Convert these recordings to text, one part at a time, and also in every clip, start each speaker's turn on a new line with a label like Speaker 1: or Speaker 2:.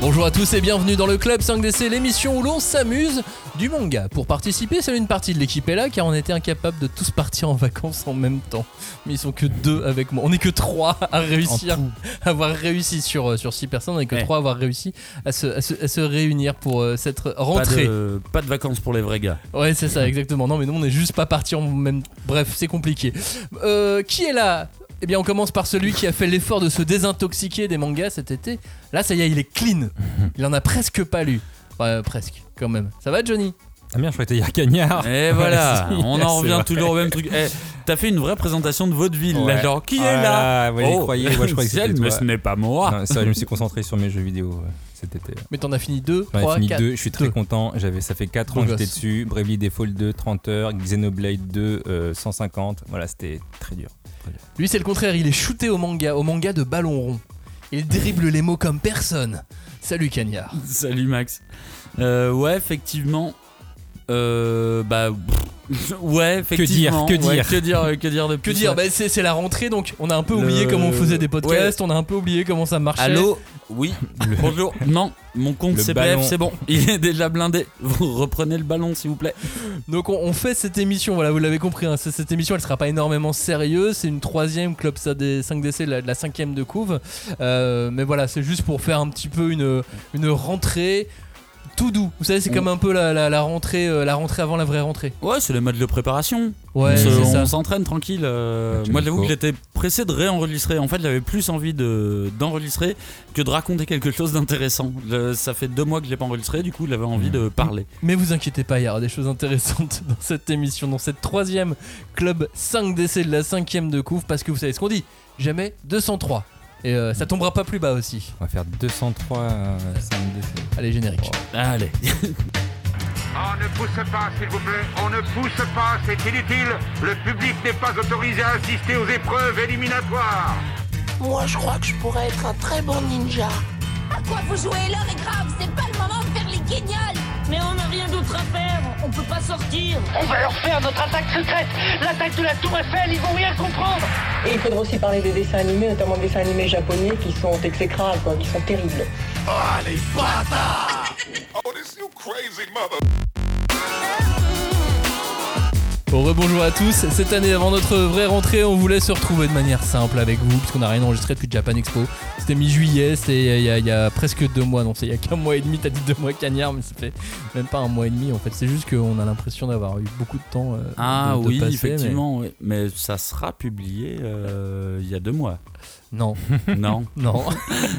Speaker 1: Bonjour à tous et bienvenue dans le Club 5DC, l'émission où l'on s'amuse du manga. Pour participer, seule une partie de l'équipe est là car on était incapable de tous partir en vacances en même temps. Mais ils sont que deux avec moi. On n'est que trois à réussir, à avoir réussi sur, euh, sur six personnes. On n'est que
Speaker 2: Ouais.
Speaker 1: trois à avoir réussi à se, à se- à se réunir pour euh, cette rentrée.
Speaker 2: Pas de, pas de vacances pour les vrais gars.
Speaker 1: Ouais, c'est ça, exactement. Non, mais nous, on n'est juste pas partis en même. Bref, c'est compliqué. Euh, qui est là Eh bien, on commence par celui qui a fait l'effort de se désintoxiquer des mangas cet été. Là, ça y est, il est clean. Il en a presque pas lu. Enfin, euh, presque, quand même. Ça va, Johnny
Speaker 3: Ah merde, je croyais que t'allais dire cagnard.
Speaker 2: Et voilà,
Speaker 3: Si,
Speaker 2: on en
Speaker 3: c'est
Speaker 2: revient
Speaker 3: vrai.
Speaker 2: toujours au même truc. Eh, T'as fait une vraie présentation de votre ville, là,
Speaker 3: Ouais.
Speaker 2: genre qui
Speaker 3: Ah
Speaker 2: est là
Speaker 3: là, vous y croyez, moi, je croyais que
Speaker 2: ciel,
Speaker 3: c'était
Speaker 2: mais
Speaker 3: toi.
Speaker 2: ce n'est pas moi.
Speaker 3: Non, c'est vrai, je me suis concentré sur mes jeux vidéo euh, cet été.
Speaker 1: Mais t'en as fini deux,
Speaker 3: J'en ai
Speaker 1: trois,
Speaker 3: fini
Speaker 1: quatre.
Speaker 3: deux, je suis très
Speaker 1: deux.
Speaker 3: content. J'avais, ça fait 4
Speaker 1: Bon
Speaker 3: ans que j'étais
Speaker 1: gosse.
Speaker 3: dessus. Bravely Default 2, 30 heures. Xenoblade 2, euh, 150. Voilà, c'était très dur.
Speaker 1: Lui, c'est le contraire. Il est shooté au manga, au manga de ballon rond. Il dribble les mots comme personne. Salut, Cagnard.
Speaker 2: Salut Max. Euh, ouais, effectivement. Euh, bah. pff, ouais, effectivement.
Speaker 3: dire, que
Speaker 2: ouais,
Speaker 3: dire.
Speaker 2: Que dire, euh, que dire de
Speaker 1: Que
Speaker 2: plus,
Speaker 1: dire
Speaker 2: ouais.
Speaker 1: Bah, C'est c'est la rentrée, donc on a un peu
Speaker 2: Le-
Speaker 1: oublié comment on faisait des podcasts, on a un peu oublié comment ça marchait.
Speaker 2: Allô Oui. Bonjour. Non, mon compte
Speaker 3: Le
Speaker 2: CPF,
Speaker 3: ballon.
Speaker 2: c'est bon. Il est déjà blindé. Vous reprenez le ballon, s'il vous plaît.
Speaker 1: Donc on, on fait cette émission, voilà, vous l'avez compris, hein, c'est- cette émission elle sera pas énormément sérieuse, c'est une troisième Club ça des 5DC, la, la cinquième de couve, Euh, mais voilà, c'est juste pour faire un petit peu une, une rentrée tout doux. Vous savez, c'est comme un peu la, la- la rentrée, euh, la rentrée avant la vraie rentrée.
Speaker 2: Ouais, c'est les matchs de préparation.
Speaker 1: Ouais,
Speaker 2: On se-
Speaker 1: c'est ça. Ah,
Speaker 2: on s'entraîne tranquille. euh,
Speaker 3: Match
Speaker 2: moi,
Speaker 3: amical.
Speaker 2: j'avoue que j'étais pressé de réenregistrer. En fait, j'avais plus envie de d'enregistrer que de raconter quelque chose d'intéressant. Le- Ça fait deux mois que je l'ai pas enregistré, du coup, j'avais envie
Speaker 1: Mmh.
Speaker 2: de parler.
Speaker 1: Mais vous inquiétez pas, il y aura des choses intéressantes dans cette émission, dans cette troisième Club 5DC de la cinquième de couve, parce que vous savez ce qu'on dit, jamais 203. Et euh, ça tombera pas plus bas aussi.
Speaker 3: On va faire 203 euh, 5D, c'est-
Speaker 1: Allez, générique.
Speaker 2: Allez.
Speaker 4: On Ah, ne pousse pas, s'il vous plaît. On ne pousse pas, c'est inutile. Le public n'est pas autorisé à assister aux épreuves éliminatoires.
Speaker 5: Moi, je crois que je pourrais être un très bon ninja.
Speaker 6: À quoi vous jouez L'heure est grave, c'est pas le moment de faire les guignols Mais on n'a rien d'autre à faire, on peut pas sortir
Speaker 5: On va leur faire notre attaque secrète, l'attaque de la Tour Eiffel, ils vont rien comprendre.
Speaker 7: Et il faudra aussi parler des dessins animés, notamment des dessins animés japonais qui sont exécrables, quoi, qui sont terribles.
Speaker 1: Bon, rebonjour à tous. Cette année, avant notre vraie rentrée, on voulait se retrouver de manière simple avec vous, puisqu'on n'a rien enregistré depuis Japan Expo. C'était mi-juillet, c'était il y, a- il y a presque deux mois, non, c'est il y a qu'un mois et demi, t'as dit deux mois cagnard, mais ça fait même pas un mois et demi en fait. C'est juste qu'on a l'impression d'avoir eu beaucoup de temps. euh,
Speaker 2: Ah
Speaker 1: de- de
Speaker 2: oui,
Speaker 1: passer,
Speaker 2: effectivement. oui. Mais... ça sera publié euh, il y a deux mois.
Speaker 1: mais- Non,
Speaker 2: non.
Speaker 1: non.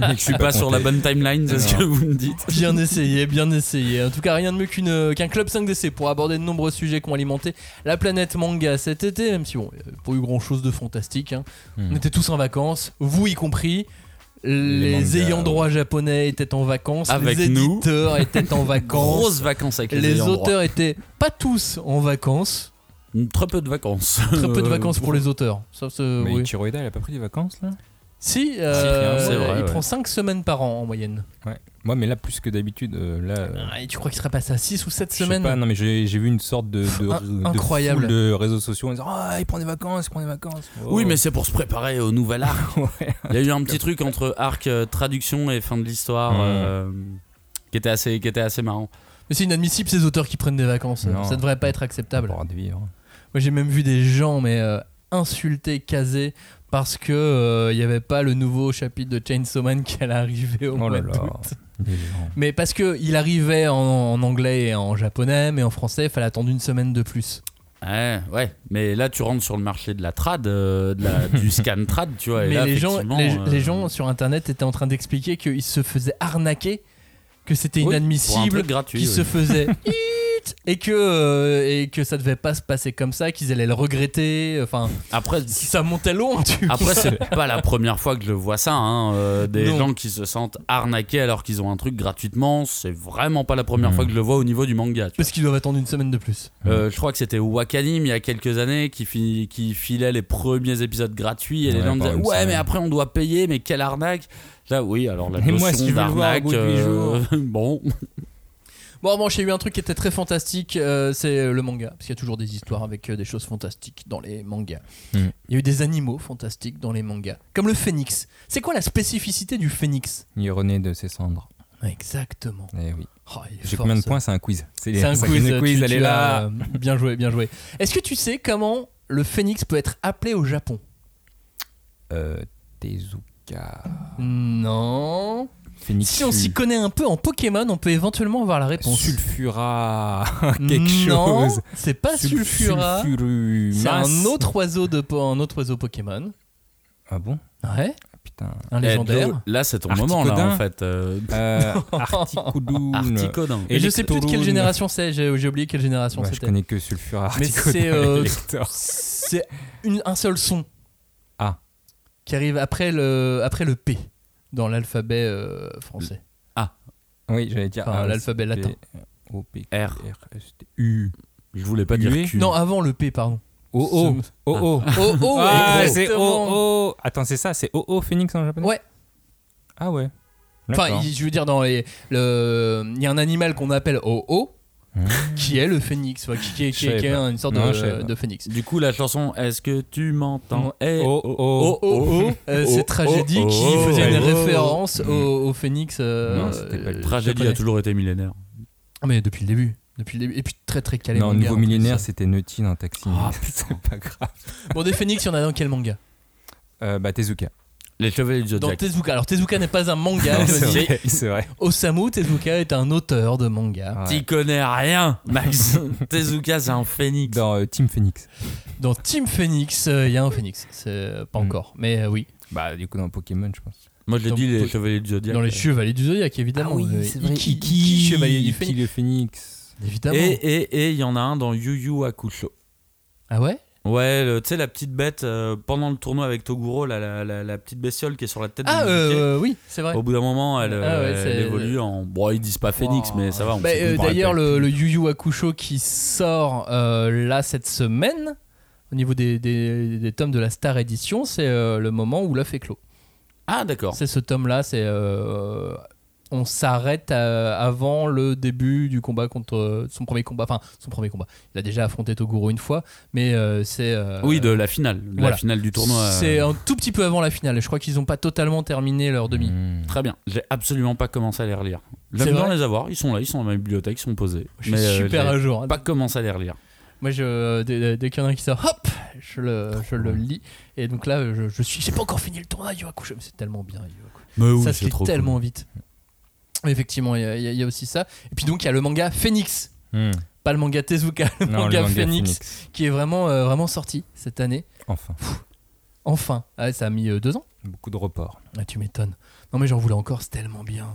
Speaker 1: Ah,
Speaker 2: Et que je suis pas sur la bonne timeline, c'est ce que vous me dites.
Speaker 1: Bien essayé, bien essayé. En tout cas, rien de mieux qu'une, euh, qu'un club 5DC pour aborder de nombreux sujets qui ont alimenté la planète manga cet été, même si bon, il y a pas eu grand chose de fantastique. hein.
Speaker 3: Hmm.
Speaker 1: On était tous en vacances, vous y compris. Les,
Speaker 3: Les mangas,
Speaker 1: ayants
Speaker 3: ouais.
Speaker 1: droit japonais étaient en vacances,
Speaker 2: Avec
Speaker 1: les
Speaker 2: nous.
Speaker 1: éditeurs étaient en vacances,
Speaker 2: Grosses vacances avec les,
Speaker 1: les
Speaker 2: ayants droit.
Speaker 1: auteurs étaient pas tous en vacances,
Speaker 2: Très peu de vacances.
Speaker 1: très peu de
Speaker 2: Euh,
Speaker 1: vacances pour les auteurs. Sauf ce,
Speaker 3: Mais
Speaker 1: oui.
Speaker 3: Ichiroeda, elle a pas pris des vacances là
Speaker 1: Si, euh,
Speaker 2: c'est vrai,
Speaker 1: il
Speaker 2: ouais.
Speaker 1: prend 5 semaines par an en moyenne.
Speaker 3: Moi, mais là, plus que d'habitude. euh, là, euh,
Speaker 1: Ah, et tu crois qu'il serait passé à 6 ou 7
Speaker 3: je sais
Speaker 1: semaines
Speaker 3: pas, non, mais j'ai j'ai vu une sorte de, de,
Speaker 1: In-
Speaker 3: de foule
Speaker 1: incroyable.
Speaker 3: de réseaux sociaux en disant Ah, il prend des vacances, il prend des vacances.
Speaker 2: Oui,
Speaker 3: Oh.
Speaker 2: mais c'est pour se préparer au nouvel arc. Il y a eu un petit truc entre arc euh, traduction et fin de l'histoire
Speaker 1: Hmm.
Speaker 3: Ouais.
Speaker 2: euh, qui était assez qui était assez marrant.
Speaker 1: Mais c'est inadmissible ces auteurs qui prennent des vacances.
Speaker 3: Non.
Speaker 1: Ça devrait pas être acceptable.
Speaker 3: Pour hein. avoir des vivres.
Speaker 1: Moi, j'ai même vu des gens, mais euh, insultés, casés, parce que euh, il y avait pas le nouveau chapitre de Chainsaw Man qui allait arriver au
Speaker 3: Oh
Speaker 1: mois
Speaker 3: là là.
Speaker 1: d'août.
Speaker 3: Des gens.
Speaker 1: Mais parce que il arrivait en, en anglais et en japonais, mais en français, il fallait attendre une semaine de plus.
Speaker 2: Ouais, ouais. Mais là, tu rentres sur le marché de la trad, euh, de la- du scan trad, tu vois. et
Speaker 1: mais
Speaker 2: là,
Speaker 1: les gens,
Speaker 2: effectivement,
Speaker 1: les,
Speaker 2: euh,
Speaker 1: les gens sur internet étaient en train d'expliquer qu'ils se faisaient arnaquer, que c'était
Speaker 2: oui, pour un
Speaker 1: inadmissible,
Speaker 2: truc gratuit.
Speaker 1: qu'ils
Speaker 2: oui.
Speaker 1: se faisaient hit et que euh, et que ça devait pas se passer comme ça, qu'ils allaient le regretter. Enfin,
Speaker 2: Après,
Speaker 1: si ça montait long, hein, tu.
Speaker 2: après, c'est pas la première fois que je vois ça. hein, euh, des
Speaker 1: Non.
Speaker 2: gens qui se sentent arnaqués alors qu'ils ont un truc gratuitement, c'est vraiment pas la première
Speaker 3: Mm.
Speaker 1: Hmm.
Speaker 2: fois que je le vois au niveau du manga. tu vois.
Speaker 1: Parce qu'ils doivent attendre une semaine de plus.
Speaker 2: Euh, je crois que c'était Wakanim il y a quelques années qui, fi- qui filait les premiers épisodes gratuits et les
Speaker 3: Ouais,
Speaker 2: gens
Speaker 3: par
Speaker 2: disaient
Speaker 3: une
Speaker 2: ouais
Speaker 3: semaine.
Speaker 2: mais après on doit payer mais quelle arnaque là oui alors la
Speaker 3: Et moi,
Speaker 2: notion
Speaker 3: si je veux le voir au
Speaker 2: d'arnaque
Speaker 3: bout de huit
Speaker 2: euh, bon
Speaker 1: Bon, en revanche, il y a eu un truc qui était très fantastique, euh, c'est le manga. Parce qu'il y a toujours des histoires avec euh, des choses fantastiques dans les mangas.
Speaker 3: Mm.
Speaker 1: Il y a eu des animaux fantastiques dans les mangas, comme le phénix. C'est quoi la spécificité du phénix
Speaker 3: Il renaît de ses cendres.
Speaker 1: Exactement.
Speaker 3: Eh oui.
Speaker 1: Oh, il est
Speaker 3: J'ai
Speaker 1: fort,
Speaker 3: combien de
Speaker 1: ça.
Speaker 3: points C'est un quiz.
Speaker 1: C'est un
Speaker 3: c'est
Speaker 1: quiz.
Speaker 3: le
Speaker 1: tu-
Speaker 3: quiz,
Speaker 1: tu
Speaker 3: elle est
Speaker 1: as- euh,
Speaker 3: là.
Speaker 1: Bien joué, bien joué. Est-ce que tu sais comment le phénix peut être appelé au Japon
Speaker 3: Euh, Tezuka.
Speaker 1: Ah. Non.
Speaker 3: Phoenix.
Speaker 1: Si on s'y connaît un peu en Pokémon, on peut éventuellement avoir la réponse.
Speaker 3: Sulfura. Quelque
Speaker 1: non,
Speaker 3: chose.
Speaker 1: C'est pas
Speaker 3: Sul-
Speaker 1: Sulfura.
Speaker 3: Sulfuru-
Speaker 1: C'est un
Speaker 3: Mas.
Speaker 1: autre oiseau de po- un autre oiseau Pokémon.
Speaker 3: Ah bon
Speaker 1: Ouais,
Speaker 3: Putain.
Speaker 1: un
Speaker 2: Eh,
Speaker 1: légendaire.
Speaker 2: Joe, là, c'est ton
Speaker 3: Articodin.
Speaker 2: moment, là, en fait. euh,
Speaker 3: Euh,
Speaker 1: ben,
Speaker 3: Articudoun.
Speaker 2: Articodin.
Speaker 1: Et je sais plus de quelle
Speaker 3: Electoroon.
Speaker 1: génération c'est, j'ai j'ai oublié quelle génération
Speaker 3: Ouais, je
Speaker 1: c'était.
Speaker 3: connais que Sulfura.
Speaker 1: Mais
Speaker 3: Articudoun
Speaker 1: c'est, euh,
Speaker 3: et Lector.
Speaker 1: C'est une- un seul son.
Speaker 3: Ah.
Speaker 1: Qui arrive après le, après le P dans l'alphabet euh, français.
Speaker 3: Oui, j'allais dire.
Speaker 1: Enfin, l'alphabet latin.
Speaker 3: O, P,
Speaker 2: R.
Speaker 3: R, S, T, U.
Speaker 2: Je voulais pas
Speaker 3: Hué.
Speaker 2: dire Q.
Speaker 1: Non, avant le P, pardon.
Speaker 3: O, O. O, O.
Speaker 1: Oh oh,
Speaker 3: Ah, c'est O,
Speaker 1: exactement.
Speaker 3: O. Attends, c'est ça C'est O, O Phoenix en japonais
Speaker 1: Ouais.
Speaker 3: Ah ouais.
Speaker 1: Enfin,
Speaker 3: D'accord.
Speaker 1: il- je veux dire, dans les, le, il y a un animal qu'on appelle OO,
Speaker 3: Mmh.
Speaker 1: qui est le phénix, enfin, qui, qui- qui-
Speaker 3: Je savais
Speaker 1: qui est
Speaker 3: pas.
Speaker 1: une sorte
Speaker 3: Non, je savais
Speaker 1: de,
Speaker 3: pas.
Speaker 1: de phénix.
Speaker 2: Du coup, la chanson Est-ce que tu m'entends Eh,
Speaker 3: O,
Speaker 1: OO,
Speaker 3: O.
Speaker 1: euh,
Speaker 2: Oh,
Speaker 1: c'est tragédie
Speaker 2: oh,
Speaker 1: qui
Speaker 2: oh,
Speaker 1: faisait une
Speaker 2: oh.
Speaker 1: référence au, au phénix. euh,
Speaker 3: Hmm. Non, c'était pas le
Speaker 1: euh,
Speaker 2: Tragédie
Speaker 1: japonais.
Speaker 2: a toujours été millénaire.
Speaker 1: Ah, Mais depuis le début. Depuis le début. Et puis très très calé.
Speaker 3: Non,
Speaker 1: manga, en
Speaker 3: nouveau
Speaker 1: plus.
Speaker 3: millénaire, c'était Naughty dans Taxi.
Speaker 2: Ah,
Speaker 3: c'est pas grave.
Speaker 1: Bon, des phénix, il y en a dans quel manga
Speaker 3: Euh, bah, Tezuka.
Speaker 2: Les Chevaliers du
Speaker 1: Dans
Speaker 2: Zodiac.
Speaker 1: Tezuka. Alors, Tezuka n'est pas un manga.
Speaker 3: Non, c'est
Speaker 1: Johnny.
Speaker 3: vrai. C'est vrai.
Speaker 1: Osamu Tezuka est un auteur de manga.
Speaker 3: Ouais.
Speaker 2: T'y connais rien, Max. Tezuka, c'est un phénix.
Speaker 3: Dans euh, Team Phoenix.
Speaker 1: Dans Team Phoenix, euh, il y a un phénix. C'est euh, pas
Speaker 3: Mm.
Speaker 1: encore. Mais euh, oui.
Speaker 3: Bah, du coup, dans Pokémon, je pense.
Speaker 2: Moi, je l'ai
Speaker 1: Dans-
Speaker 2: dit, les Chevaliers du Zodiac.
Speaker 1: Dans les Chevaliers du Zodiac, évidemment. Euh, Iki, Iki, Chevalier du Phénix.
Speaker 3: le Phoenix.
Speaker 1: Évidemment.
Speaker 2: Et et- et il y en a un dans Yu Yu Hakusho.
Speaker 1: Ah ouais
Speaker 2: Ouais, le- tu sais, la petite bête euh, pendant le tournoi avec Toguro, la, la, la- la petite bestiole qui est sur la tête
Speaker 1: Ah
Speaker 2: de Mickey.
Speaker 1: euh, oui, c'est vrai.
Speaker 2: Au bout d'un moment, elle,
Speaker 1: Ah ouais,
Speaker 2: euh,
Speaker 1: c'est-
Speaker 2: elle évolue en. Bon, ils disent pas phénix, mais ça va. on
Speaker 1: Bah,
Speaker 2: sait
Speaker 1: euh,
Speaker 2: qu'on parle
Speaker 1: D'ailleurs,
Speaker 2: pas.
Speaker 1: le, le Yu Yu Hakusho qui sort euh, là cette semaine, au niveau des, des- des tomes de la Star Edition, c'est euh, le moment où l'œuf est clos.
Speaker 2: Ah, d'accord.
Speaker 1: C'est ce tome-là, c'est. euh, on s'arrête euh, avant le début du combat contre euh, son premier combat. Enfin, son premier combat. Il a déjà affronté Toguro une fois, mais euh, c'est. euh,
Speaker 2: Oui, de la finale. de
Speaker 1: voilà.
Speaker 2: La finale du tournoi. euh,
Speaker 1: C'est un tout petit peu avant la finale. et Je crois qu'ils n'ont pas totalement terminé leur demi.
Speaker 2: Mm.
Speaker 3: Mmh.
Speaker 2: Très bien. J'ai absolument pas commencé à les relire.
Speaker 1: C'est
Speaker 2: J'aime bien
Speaker 1: vrai
Speaker 2: les avoir. Ils sont là, ils sont dans ma bibliothèque, ils sont posés.
Speaker 1: Je suis
Speaker 2: mais euh,
Speaker 1: super
Speaker 2: j'ai
Speaker 1: à jour. hein.
Speaker 2: pas commencé à les relire.
Speaker 1: Moi, je, euh, dès, dès qu'il y en a un qui sort, hop, je le, je le lis. Et donc là, je, je suis. J'ai pas encore fini le tournoi, Yoaku. Mais c'est tellement bien, Yoaku.
Speaker 2: Mais oui,
Speaker 1: ça se
Speaker 2: c'est
Speaker 1: lit
Speaker 2: trop
Speaker 1: tellement vite. Effectivement, il y, a- il y a- il y a aussi ça. Et puis donc, il y a le manga Phoenix.
Speaker 3: Mmh.
Speaker 1: Pas le manga Tezuka, le,
Speaker 3: Non,
Speaker 1: manga,
Speaker 3: le manga
Speaker 1: Phoenix,
Speaker 3: Phoenix.
Speaker 1: qui est vraiment, euh, vraiment sorti cette année.
Speaker 3: Enfin,
Speaker 1: Enfin. Ah, ça a mis euh, deux ans.
Speaker 3: beaucoup de reports.
Speaker 1: Ah, tu m'étonnes. Non, mais j'en voulais encore, c'est tellement bien.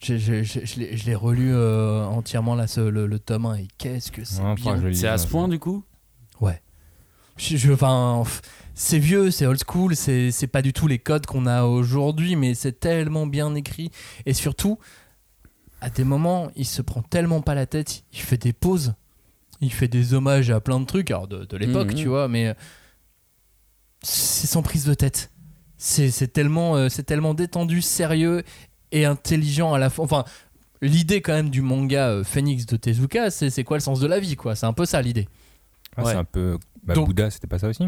Speaker 1: J'ai- j'ai- j'ai- Je l'ai- je l'ai relu euh, entièrement là, ce- le, le tome 1 et qu'est-ce que c'est
Speaker 3: Ouais, faudra
Speaker 1: bien.
Speaker 3: que je le
Speaker 2: cool. C'est
Speaker 3: lise
Speaker 2: à
Speaker 3: un
Speaker 2: ce
Speaker 3: jour.
Speaker 2: point, du coup
Speaker 1: Je, je- enfin, pff, c'est vieux, c'est old school, c'est c'est pas du tout les codes qu'on a aujourd'hui, mais c'est tellement bien écrit. Et surtout, à des moments, il se prend tellement pas la tête, il fait des pauses, il fait des hommages à plein de trucs, alors de, de l'époque,
Speaker 2: Mhm.
Speaker 1: tu vois, mais euh, c'est sans prise de tête. C'est c'est tellement, euh, c'est tellement détendu, sérieux et intelligent à la fois. Enfin, l'idée quand même du manga euh, Phoenix de Tezuka, c'est c'est quoi le sens de la vie, quoi C'est un peu ça l'idée.
Speaker 3: Ah,
Speaker 2: Ouais.
Speaker 3: C'est un peu. Bah,
Speaker 1: Donc-
Speaker 3: Bouddha, c'était pas ça aussi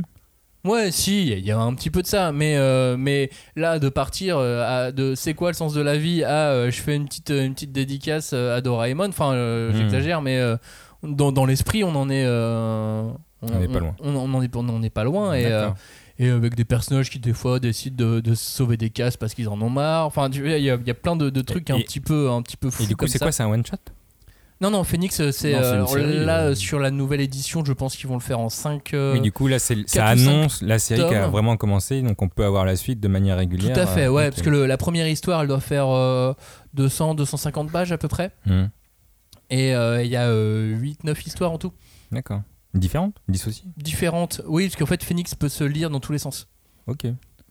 Speaker 1: Ouais, si, il y a un petit peu de ça, mais, euh, mais là, de partir euh, à- de c'est quoi le sens de la vie à euh, je fais une petite, une petite dédicace euh, à Doraemon, enfin, euh,
Speaker 3: Hmm.
Speaker 1: j'exagère, mais euh, dans, dans l'esprit, on en est. euh,
Speaker 3: On est pas loin.
Speaker 1: On n'en est, on en est pas loin, et, euh,
Speaker 3: D'accord.
Speaker 1: et avec des personnages qui, des fois, décident de, de se sauver des casses parce qu'ils en ont marre. Enfin, tu vois, il y a, il y a plein de, de trucs un,
Speaker 3: Et-
Speaker 1: petit peu, un petit peu fous.
Speaker 3: Et du coup,
Speaker 1: comme
Speaker 3: c'est
Speaker 1: ça.
Speaker 3: quoi C'est un one-shot
Speaker 1: Non, non, Phoenix, euh, c'est
Speaker 2: Non, c'est une
Speaker 1: euh,
Speaker 2: série,
Speaker 1: là,
Speaker 2: euh.
Speaker 1: euh, sur la nouvelle édition, je pense qu'ils vont le faire en 5.
Speaker 3: Oui, du coup, là, c'est- ça
Speaker 1: Euh, quatre ou cinq
Speaker 3: annonce la série qui a
Speaker 1: tomes.
Speaker 3: vraiment commencé, donc on peut avoir la suite de manière régulière. euh,
Speaker 1: Tout à fait, ouais,
Speaker 3: Ok.
Speaker 1: parce que le- la première histoire, elle doit faire euh, 200-250 pages à peu près.
Speaker 3: Hmm.
Speaker 1: Et euh, il y a 8-9 histoires en tout,
Speaker 3: D'accord. Différente Dissociée
Speaker 1: différentes. Oui, parce qu'en fait, Phoenix peut se lire dans tous les sens.
Speaker 3: Ok.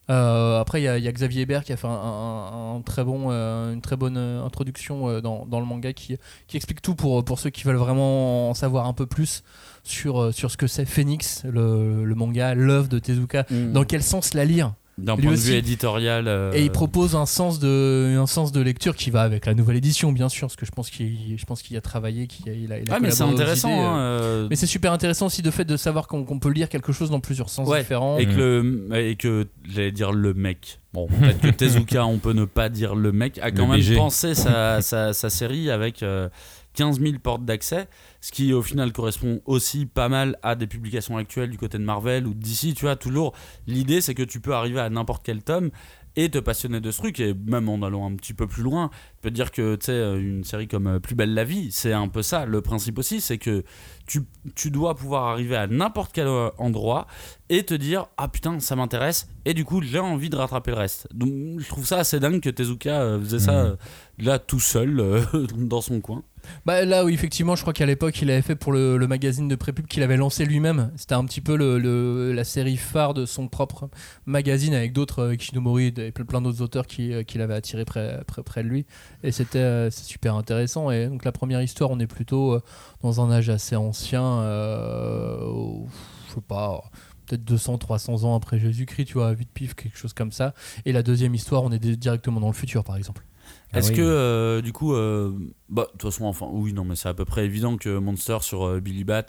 Speaker 1: Euh, après, il y, a- il y a Xavier Hébert qui a fait un, un- un très bon, euh, une très bonne euh, introduction euh, dans, dans le manga qui, qui explique tout pour, pour ceux qui veulent vraiment en savoir un peu plus sur, euh, sur ce que c'est Phoenix, le, le manga, l'œuvre de Tezuka. Dans quel sens la lire
Speaker 2: D'un
Speaker 1: Mm. lui
Speaker 2: point de
Speaker 1: aussi.
Speaker 2: vue éditorial. euh,
Speaker 1: Et il propose un sens de un sens de lecture qui va avec la nouvelle édition, bien sûr, parce que je pense qu'il je pense qu'il a travaillé, qu'il a, il a, il a
Speaker 2: Ah, mais
Speaker 1: collaboré
Speaker 2: c'est
Speaker 1: aux
Speaker 2: intéressant.
Speaker 1: idées, euh.
Speaker 2: hein, euh,
Speaker 1: Mais c'est super intéressant aussi de fait de savoir qu'on qu'on peut lire quelque chose dans plusieurs sens
Speaker 2: Ouais.
Speaker 1: différents.
Speaker 2: Et que le. Et que. J'allais dire le mec. Bon, peut-être que Tezuka, on peut ne pas dire le mec, a quand
Speaker 3: Le
Speaker 2: même
Speaker 3: BG.
Speaker 2: pensé sa, sa- sa série avec euh, 15 000 portes d'accès, ce qui au final correspond aussi pas mal à des publications actuelles du côté de Marvel ou d'ici, tu vois, toujours. L'idée, c'est que tu peux arriver à n'importe quel tome et te passionner de ce truc, et même en allant un petit peu plus loin, tu peux te dire que, tu sais, euh, une série comme euh, Plus belle la vie, c'est un peu ça. Le principe aussi, c'est que tu, tu dois pouvoir arriver à n'importe quel euh, endroit et te dire ah putain ça m'intéresse et du coup j'ai envie de rattraper le reste donc je trouve ça assez dingue que Tezuka euh, faisait ça euh, là tout seul euh, dans son coin
Speaker 1: Bah là oui effectivement je crois qu'à l'époque il avait fait pour le, le magazine de prépub qu'il avait lancé lui-même. C'était un petit peu le, le- la série phare de son propre magazine avec d'autres euh, Kishinomori et ple- plein d'autres auteurs qui, euh, qui l'avaient attiré près, près, près de lui. Et c'était euh, c'est super intéressant. Et donc la première histoire on est plutôt euh, dans un âge assez ancien, euh, au- je sais pas, peut-être 200-300 ans après Jésus-Christ, tu vois, vite pif, quelque chose comme ça. Et la deuxième histoire on est dé- directement dans le futur par exemple.
Speaker 3: Ah
Speaker 2: est-ce
Speaker 3: oui.
Speaker 2: que euh, du coup euh, bah de toute façon enfin oui non mais c'est à peu près évident que Monster sur euh, Billy Bat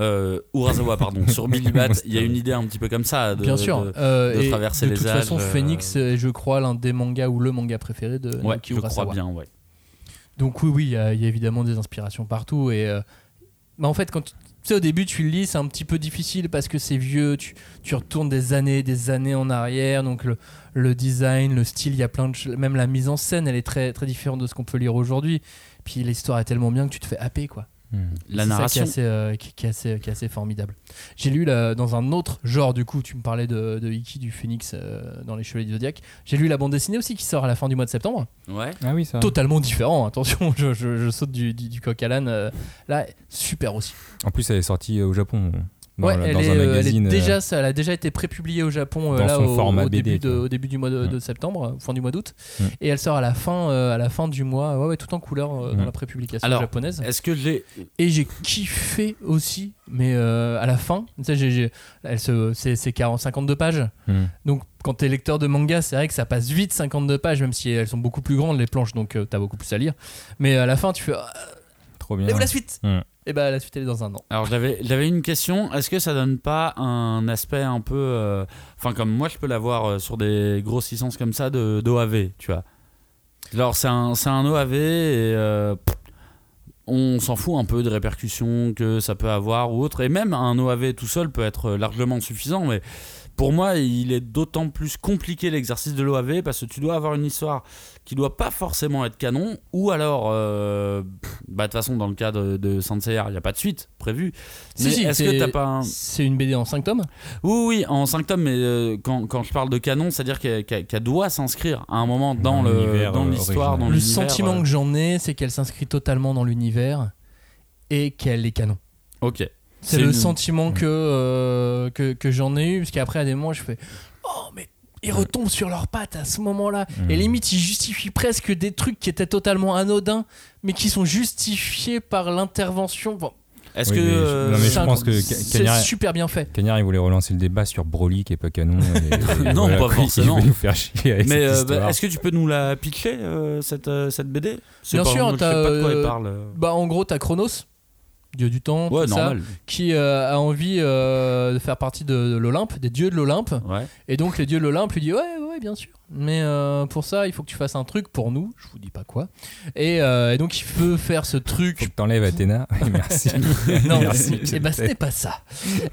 Speaker 2: euh, Urasawa pardon sur Billy Bat il y a une idée un petit peu comme ça de-
Speaker 1: Bien sûr.
Speaker 2: de-
Speaker 1: euh,
Speaker 2: de
Speaker 1: et
Speaker 2: traverser
Speaker 1: de
Speaker 2: les
Speaker 1: toute
Speaker 2: âges,
Speaker 1: façon,
Speaker 2: euh,
Speaker 1: Phoenix est, je crois, l'un des mangas ou le manga préféré de
Speaker 2: ouais
Speaker 1: Naoki
Speaker 2: je crois
Speaker 1: Urasawa.
Speaker 2: bien ouais
Speaker 1: Donc oui, oui, il y, a il y a évidemment des inspirations partout. Et euh, bah, en fait, quand tu tu sais, au début, tu le lis, c'est un petit peu difficile parce que c'est vieux. Tu, tu retournes des années, des années en arrière. Donc le, le design, le style, il y a plein de ch- même la mise en scène, elle est très très différente de ce qu'on peut lire aujourd'hui. Puis l'histoire est tellement bien que tu te fais happer quoi.
Speaker 2: la
Speaker 3: Hmm.
Speaker 1: C'est ça
Speaker 2: narration
Speaker 1: qui est assez, euh, qui, qui est assez, qui est assez formidable. J'ai lu là, dans un autre genre, du coup, tu me parlais de, de Iki du Phoenix euh, dans Les Chevaliers du Zodiac. J'ai lu la bande dessinée aussi qui sort à la fin du mois de septembre.
Speaker 2: ouais
Speaker 3: Ah oui, ça.
Speaker 1: Totalement différent, hein. attention, je, je- je saute du, du, du coq à l'âne. euh, là, super aussi.
Speaker 3: En plus, elle est sortie euh, au Japon. Dans,
Speaker 1: ouais,
Speaker 3: la-
Speaker 1: elle,
Speaker 3: dans
Speaker 1: est,
Speaker 3: un
Speaker 1: euh, elle est
Speaker 3: magazine. euh,
Speaker 1: déjà, ça, elle a déjà été prépubliée au Japon euh,
Speaker 3: dans
Speaker 1: là,
Speaker 3: son
Speaker 1: au,
Speaker 3: format
Speaker 1: au
Speaker 3: BD,
Speaker 1: début de-
Speaker 3: quoi.
Speaker 1: au début du mois de,
Speaker 3: Mm.
Speaker 1: de septembre, euh, fin du mois d'août.
Speaker 3: Mm.
Speaker 1: Et elle sort à la fin, euh, à la fin du mois, ouais, ouais, tout en couleur euh, dans
Speaker 3: Mm.
Speaker 1: la prépublication
Speaker 2: Alors,
Speaker 1: japonaise.
Speaker 2: est-ce que j'ai
Speaker 1: Et j'ai kiffé aussi, mais euh, à la fin, tu sais, j'ai- j'ai- elle se- c'est c'est 40, 52 pages.
Speaker 3: Hmm.
Speaker 1: Donc, quand t'es lecteur de manga, c'est vrai que ça passe vite 52 pages, même si elles sont beaucoup plus grandes, les planches, donc euh, t'as beaucoup plus à lire. Mais à la fin, tu fais Ah,
Speaker 3: Trop bien.
Speaker 1: Et où la suite
Speaker 3: Hmm.
Speaker 1: Et bah, la suite, elle est dans un an.
Speaker 2: Alors j'avais j'avais une question, est-ce que ça donne pas un aspect un peu... euh, Enfin comme moi je peux l'avoir euh, sur des grosses licences comme ça de- d'OAV, tu vois. Alors c'est un, c'est un OAV et euh, pff, on s'en fout un peu des répercussions que ça peut avoir ou autre. Et même un OAV tout seul peut être euh, largement suffisant, mais pour moi il est d'autant plus compliqué l'exercice de l'OAV parce que tu dois avoir une histoire qui doit pas forcément être canon ou alors... euh, pff, bah de toute façon dans le cas de, de Saint il n'y a pas de suite prévue.
Speaker 1: Si,
Speaker 2: Mais
Speaker 1: si,
Speaker 2: est-ce
Speaker 1: c'est-
Speaker 2: que t'as pas un...
Speaker 1: C'est une BD en 5 tomes
Speaker 2: Oui, oui, en 5 tomes, mais euh, quand, quand je parle de canon, c'est-à-dire qu'elle qu'elle- qu'elle doit s'inscrire à un moment dans
Speaker 3: Dans
Speaker 2: le
Speaker 3: l'univers,
Speaker 2: dans
Speaker 3: euh,
Speaker 2: l'histoire,
Speaker 3: original.
Speaker 2: dans
Speaker 1: Le
Speaker 2: l'univers,
Speaker 1: sentiment
Speaker 2: euh,
Speaker 1: que j'en ai, c'est qu'elle s'inscrit totalement dans l'univers et qu'elle est canon.
Speaker 2: euh, Ok.
Speaker 1: C'est
Speaker 2: C'est
Speaker 1: le
Speaker 2: une-
Speaker 1: sentiment que, euh, que, que j'en ai eu, parce qu'après, à des moments, je fais Oh, mais ils retombent sur leurs pattes à ce moment-là.
Speaker 3: Mm.
Speaker 1: Et limite, ils justifient presque des trucs qui étaient totalement anodins, mais qui sont justifiés par l'intervention. Bon,
Speaker 2: Est-ce
Speaker 3: Oui,
Speaker 2: que
Speaker 3: mais je-
Speaker 2: euh,
Speaker 3: non, mais je
Speaker 1: c'est
Speaker 3: pense que
Speaker 1: inc-
Speaker 3: Ca-
Speaker 1: c'est
Speaker 3: Cagnard-
Speaker 1: super bien fait.
Speaker 3: Cagnard, il voulait relancer le débat sur Broly qui est pas canon. et- et
Speaker 2: Non, pas
Speaker 3: quoi, il-
Speaker 2: forcément.
Speaker 3: Il veut nous faire chier avec
Speaker 2: mais,
Speaker 3: cette
Speaker 2: euh, bah,
Speaker 3: histoire.
Speaker 2: est-ce que tu peux nous la pitcher euh, cette euh, cette BD C'est
Speaker 1: Bien
Speaker 2: pas-
Speaker 1: sûr,
Speaker 2: Je sais pas de
Speaker 1: t'as,
Speaker 2: quoi elle
Speaker 1: euh,
Speaker 2: parle. euh.
Speaker 1: Bah, en gros, t'as Chronos, dieu du temps,
Speaker 2: Ouais,
Speaker 1: tout ça,
Speaker 2: normal.
Speaker 1: qui euh, a envie euh, de faire partie de, de l'Olympe, des dieux de l'Olympe.
Speaker 2: Ouais.
Speaker 1: Et donc les dieux de l'Olympe lui disent ouais ouais bien sûr. Mais euh, pour ça il faut que tu fasses un truc pour nous, je vous dis pas quoi. Et, euh, et donc il veut faire ce
Speaker 3: Faut
Speaker 1: truc.
Speaker 3: que t'enlèves Athéna. Oui, merci.
Speaker 1: non,
Speaker 3: Merci,
Speaker 1: et bah c'était pas ça.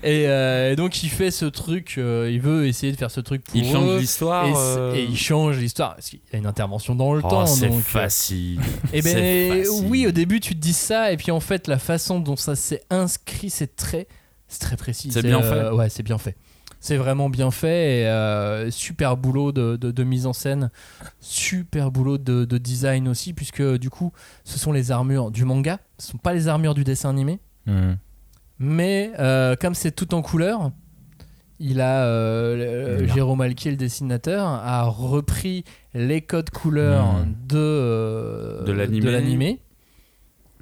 Speaker 1: Et, euh, et donc il fait ce truc, euh, il veut essayer de faire ce truc pour
Speaker 2: Il
Speaker 1: eux.
Speaker 2: change
Speaker 1: et,
Speaker 2: l'histoire.
Speaker 1: c-
Speaker 2: euh.
Speaker 1: et il change l'histoire parce qu'il y a une intervention dans le
Speaker 2: Oh,
Speaker 1: temps.
Speaker 2: c'est
Speaker 1: donc, euh,
Speaker 2: facile.
Speaker 1: eh ben
Speaker 2: C'est facile.
Speaker 1: oui, au début tu te dis ça et puis en fait la façon dont ça s'est inscrit, c'est très, c'est très précis.
Speaker 2: C'est bien
Speaker 1: euh, Ouais, c'est bien fait. C'est vraiment bien fait et euh, super boulot de, de- de mise en scène, super boulot de, de design aussi puisque du coup ce sont les armures du manga, ce sont pas les armures du dessin animé,
Speaker 3: Hmm.
Speaker 1: mais euh, comme c'est tout en couleur. Il a euh, le-
Speaker 3: Bien.
Speaker 1: Jérôme Alquier, le dessinateur, a repris les codes couleurs
Speaker 3: Mhm.
Speaker 1: de euh,
Speaker 2: De l'animé.
Speaker 1: l'animé.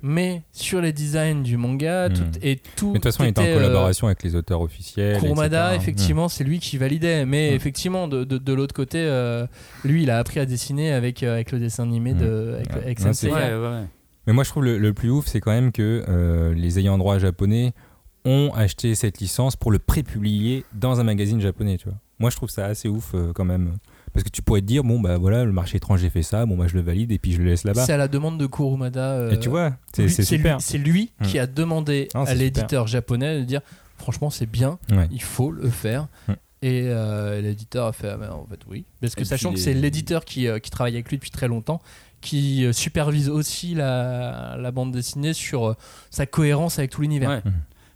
Speaker 1: Mais sur les designs du manga,
Speaker 3: Mhm.
Speaker 1: tout, et tout.
Speaker 3: Mais de toute façon, il était en
Speaker 1: était, euh,
Speaker 3: collaboration avec les auteurs officiels. Hmm.
Speaker 1: Kurumada,
Speaker 3: etc.
Speaker 1: effectivement, c'est lui qui validait. Mais
Speaker 3: Mm.
Speaker 1: effectivement, de, de- de l'autre côté, euh, lui, il a appris à dessiner avec, euh, avec le dessin animé de, avec,
Speaker 3: Hmm. Ouais.
Speaker 1: avec
Speaker 3: Non,
Speaker 1: Sensei.
Speaker 2: Ouais, ouais.
Speaker 3: Mais moi, je trouve le, le plus ouf, c'est quand même que euh, les ayants droit japonais ont acheté cette licence pour le prépublier dans un magazine japonais, tu vois. Moi, je trouve ça assez ouf euh, quand même. Parce que tu pourrais te dire, bon, bah voilà, le marché étranger fait ça, bon, bah je le valide et puis je le laisse là-bas.
Speaker 1: C'est à la demande de Kurumada. euh,
Speaker 3: Et tu vois, c'est
Speaker 1: lui-
Speaker 3: c'est
Speaker 1: lui-
Speaker 3: super.
Speaker 1: C'est lui
Speaker 3: Mm.
Speaker 1: qui a demandé
Speaker 3: Non,
Speaker 1: à
Speaker 3: c'est
Speaker 1: l'éditeur japonais de dire franchement, c'est bien,
Speaker 3: Ouais.
Speaker 1: il faut le faire.
Speaker 3: Mm.
Speaker 1: Et euh, l'éditeur a fait ah, ben, en fait oui. Parce que
Speaker 2: Et puis
Speaker 1: sachant que
Speaker 2: les-
Speaker 1: c'est l'éditeur qui, euh, qui travaille avec lui depuis très longtemps, qui euh, supervise aussi la, la bande dessinée sur euh, sa cohérence avec tout l'univers.
Speaker 2: Ouais.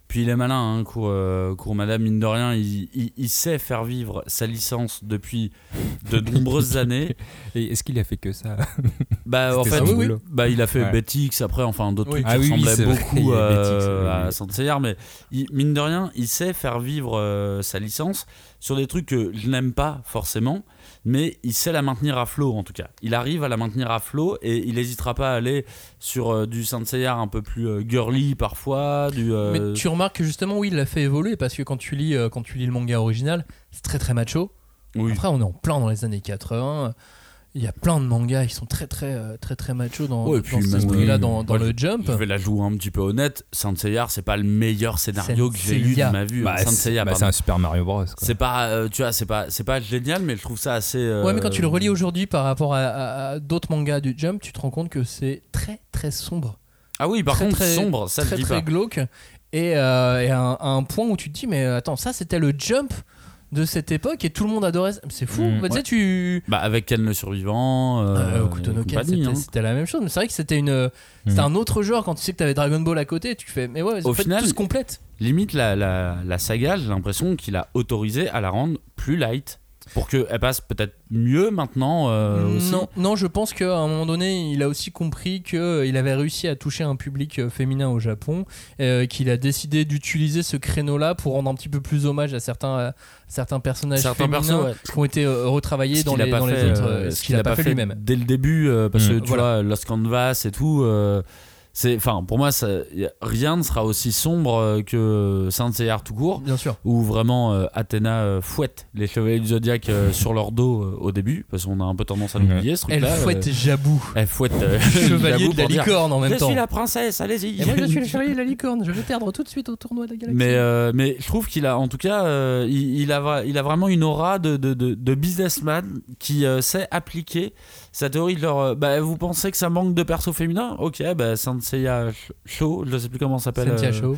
Speaker 2: Puis il est malin, hein, Cour, euh, Cour Madame, mine de rien, il, il- il sait faire vivre sa licence depuis de nombreuses années.
Speaker 3: Et est-ce qu'il a fait que ça
Speaker 2: Bah, en
Speaker 3: C'était
Speaker 2: fait,
Speaker 3: son boulot.
Speaker 2: bah, il a fait
Speaker 3: Ouais.
Speaker 2: Betix, après, enfin, d'autres
Speaker 1: Oui.
Speaker 2: trucs
Speaker 3: Ah
Speaker 2: qui
Speaker 3: oui, oui,
Speaker 2: ressemblaient
Speaker 3: c'est vrai, il y
Speaker 2: beaucoup
Speaker 3: a
Speaker 2: euh,
Speaker 3: Betix, oui, oui.
Speaker 2: à Saint Seiya, mais il- mine de rien, il sait faire vivre euh, sa licence sur des trucs que je n'aime pas forcément, mais il sait la maintenir à flot en tout cas. Il arrive à la maintenir à flot et il n'hésitera pas à aller sur euh, du Saint Seiya un peu plus euh, girly parfois, du. euh,
Speaker 1: Mais tu remarques que justement, oui, il l'a fait évoluer parce que quand tu lis, euh, quand tu lis le manga original, c'est très très macho.
Speaker 2: oui.
Speaker 1: Après, on est en plein dans les années 80. Il y a plein de mangas qui sont très très euh, très très macho dans,
Speaker 2: Ouais,
Speaker 1: dans
Speaker 2: et puis
Speaker 1: ce
Speaker 2: même,
Speaker 1: esprit-là,
Speaker 2: euh,
Speaker 1: dans, dans
Speaker 2: moi,
Speaker 1: le Jump.
Speaker 2: Je vais la jouer un petit peu honnête. Saint Seiya, c'est pas le meilleur scénario que j'ai
Speaker 1: Saint
Speaker 2: lu de
Speaker 1: Seiya.
Speaker 2: ma vie.
Speaker 3: Bah,
Speaker 2: Saint
Speaker 3: c'est
Speaker 2: Seiya,
Speaker 3: bah,
Speaker 2: pardon.
Speaker 3: c'est un Super Mario Bros. quoi.
Speaker 2: c'est pas, euh, tu vois, c'est pas, c'est pas génial, mais je trouve ça assez. euh,
Speaker 1: Ouais, mais quand tu le relis aujourd'hui par rapport à, à- à d'autres mangas du Jump, tu te rends compte que c'est très très sombre,
Speaker 2: Ah oui, par
Speaker 1: très,
Speaker 2: contre,
Speaker 1: très-
Speaker 2: sombre, ça
Speaker 1: très
Speaker 2: je dis
Speaker 1: très
Speaker 2: pas.
Speaker 1: glauque, et, euh, et à, un, à un point où tu te dis mais attends ça c'était le Jump de cette époque et tout le monde adorait. ça. C'est fou.
Speaker 3: Mm,
Speaker 1: Bah, Tu
Speaker 2: Mmh, ouais.
Speaker 1: sais tu
Speaker 2: Bah, avec Ken le survivant. Euh,
Speaker 1: euh, Kutonoken,
Speaker 2: et compagnie,
Speaker 1: c'était
Speaker 2: hein. Mmh.
Speaker 1: c'était la même chose, mais c'est vrai que c'était une c'était un autre genre quand tu sais que t'avais Dragon Ball à côté, tu fais mais ouais
Speaker 2: Au
Speaker 1: en fait,
Speaker 2: final,
Speaker 1: tout se complète.
Speaker 2: Limite, la, la, la saga, j'ai l'impression qu'il a autorisé à la rendre plus light pour qu'elle passe peut-être mieux maintenant. euh, aussi.
Speaker 1: non, non, je pense qu'à un moment donné, il a aussi compris qu'il avait réussi à toucher un public euh, féminin au Japon, euh, qu'il a décidé d'utiliser ce créneau-là pour rendre un petit peu plus hommage à certains, à certains personnages
Speaker 2: Certains
Speaker 1: féminins
Speaker 2: persos, ouais.
Speaker 1: qui ont été euh, retravaillés
Speaker 2: Ce
Speaker 1: dans
Speaker 2: qu'il a
Speaker 1: les,
Speaker 2: pas
Speaker 1: dans les
Speaker 2: fait,
Speaker 1: autres.
Speaker 2: euh,
Speaker 1: euh, ce qu'il a pas fait lui-même.
Speaker 2: dès le début euh, parce que
Speaker 1: Mm.
Speaker 2: tu
Speaker 1: Voilà.
Speaker 2: vois Lost Canvas et tout euh, c'est enfin pour moi ça, y a- rien ne sera aussi sombre euh, que Saint Seiya tout court
Speaker 1: Bien sûr.
Speaker 2: où vraiment euh, Athéna euh, fouette les chevaliers du zodiaque euh, sur leur dos euh, au début parce qu'on a un peu tendance à l'oublier ce truc
Speaker 1: Elle
Speaker 2: là
Speaker 1: fouette Jabou,
Speaker 2: elle fouette
Speaker 1: euh.
Speaker 2: euh,
Speaker 1: chevalier
Speaker 2: Jabou
Speaker 1: de la
Speaker 2: pour dire,
Speaker 1: licorne en
Speaker 2: je
Speaker 1: même temps.
Speaker 2: suis la princesse allez-y
Speaker 1: chevalier de la licorne, je vais perdre tout de suite au tournoi de la galaxie.
Speaker 2: mais, euh, mais je trouve qu'il a, en tout cas, euh, il, il a, vra- il a vraiment une aura de, de, de- de businessman qui euh, sait appliquer sa théorie de leur. euh, bah, vous pensez que ça manque de perso féminin Ok, bah, Saint Seiya Sh- Sho, je sais plus comment ça s'appelle.
Speaker 1: Cynthia
Speaker 2: euh,
Speaker 1: Cho.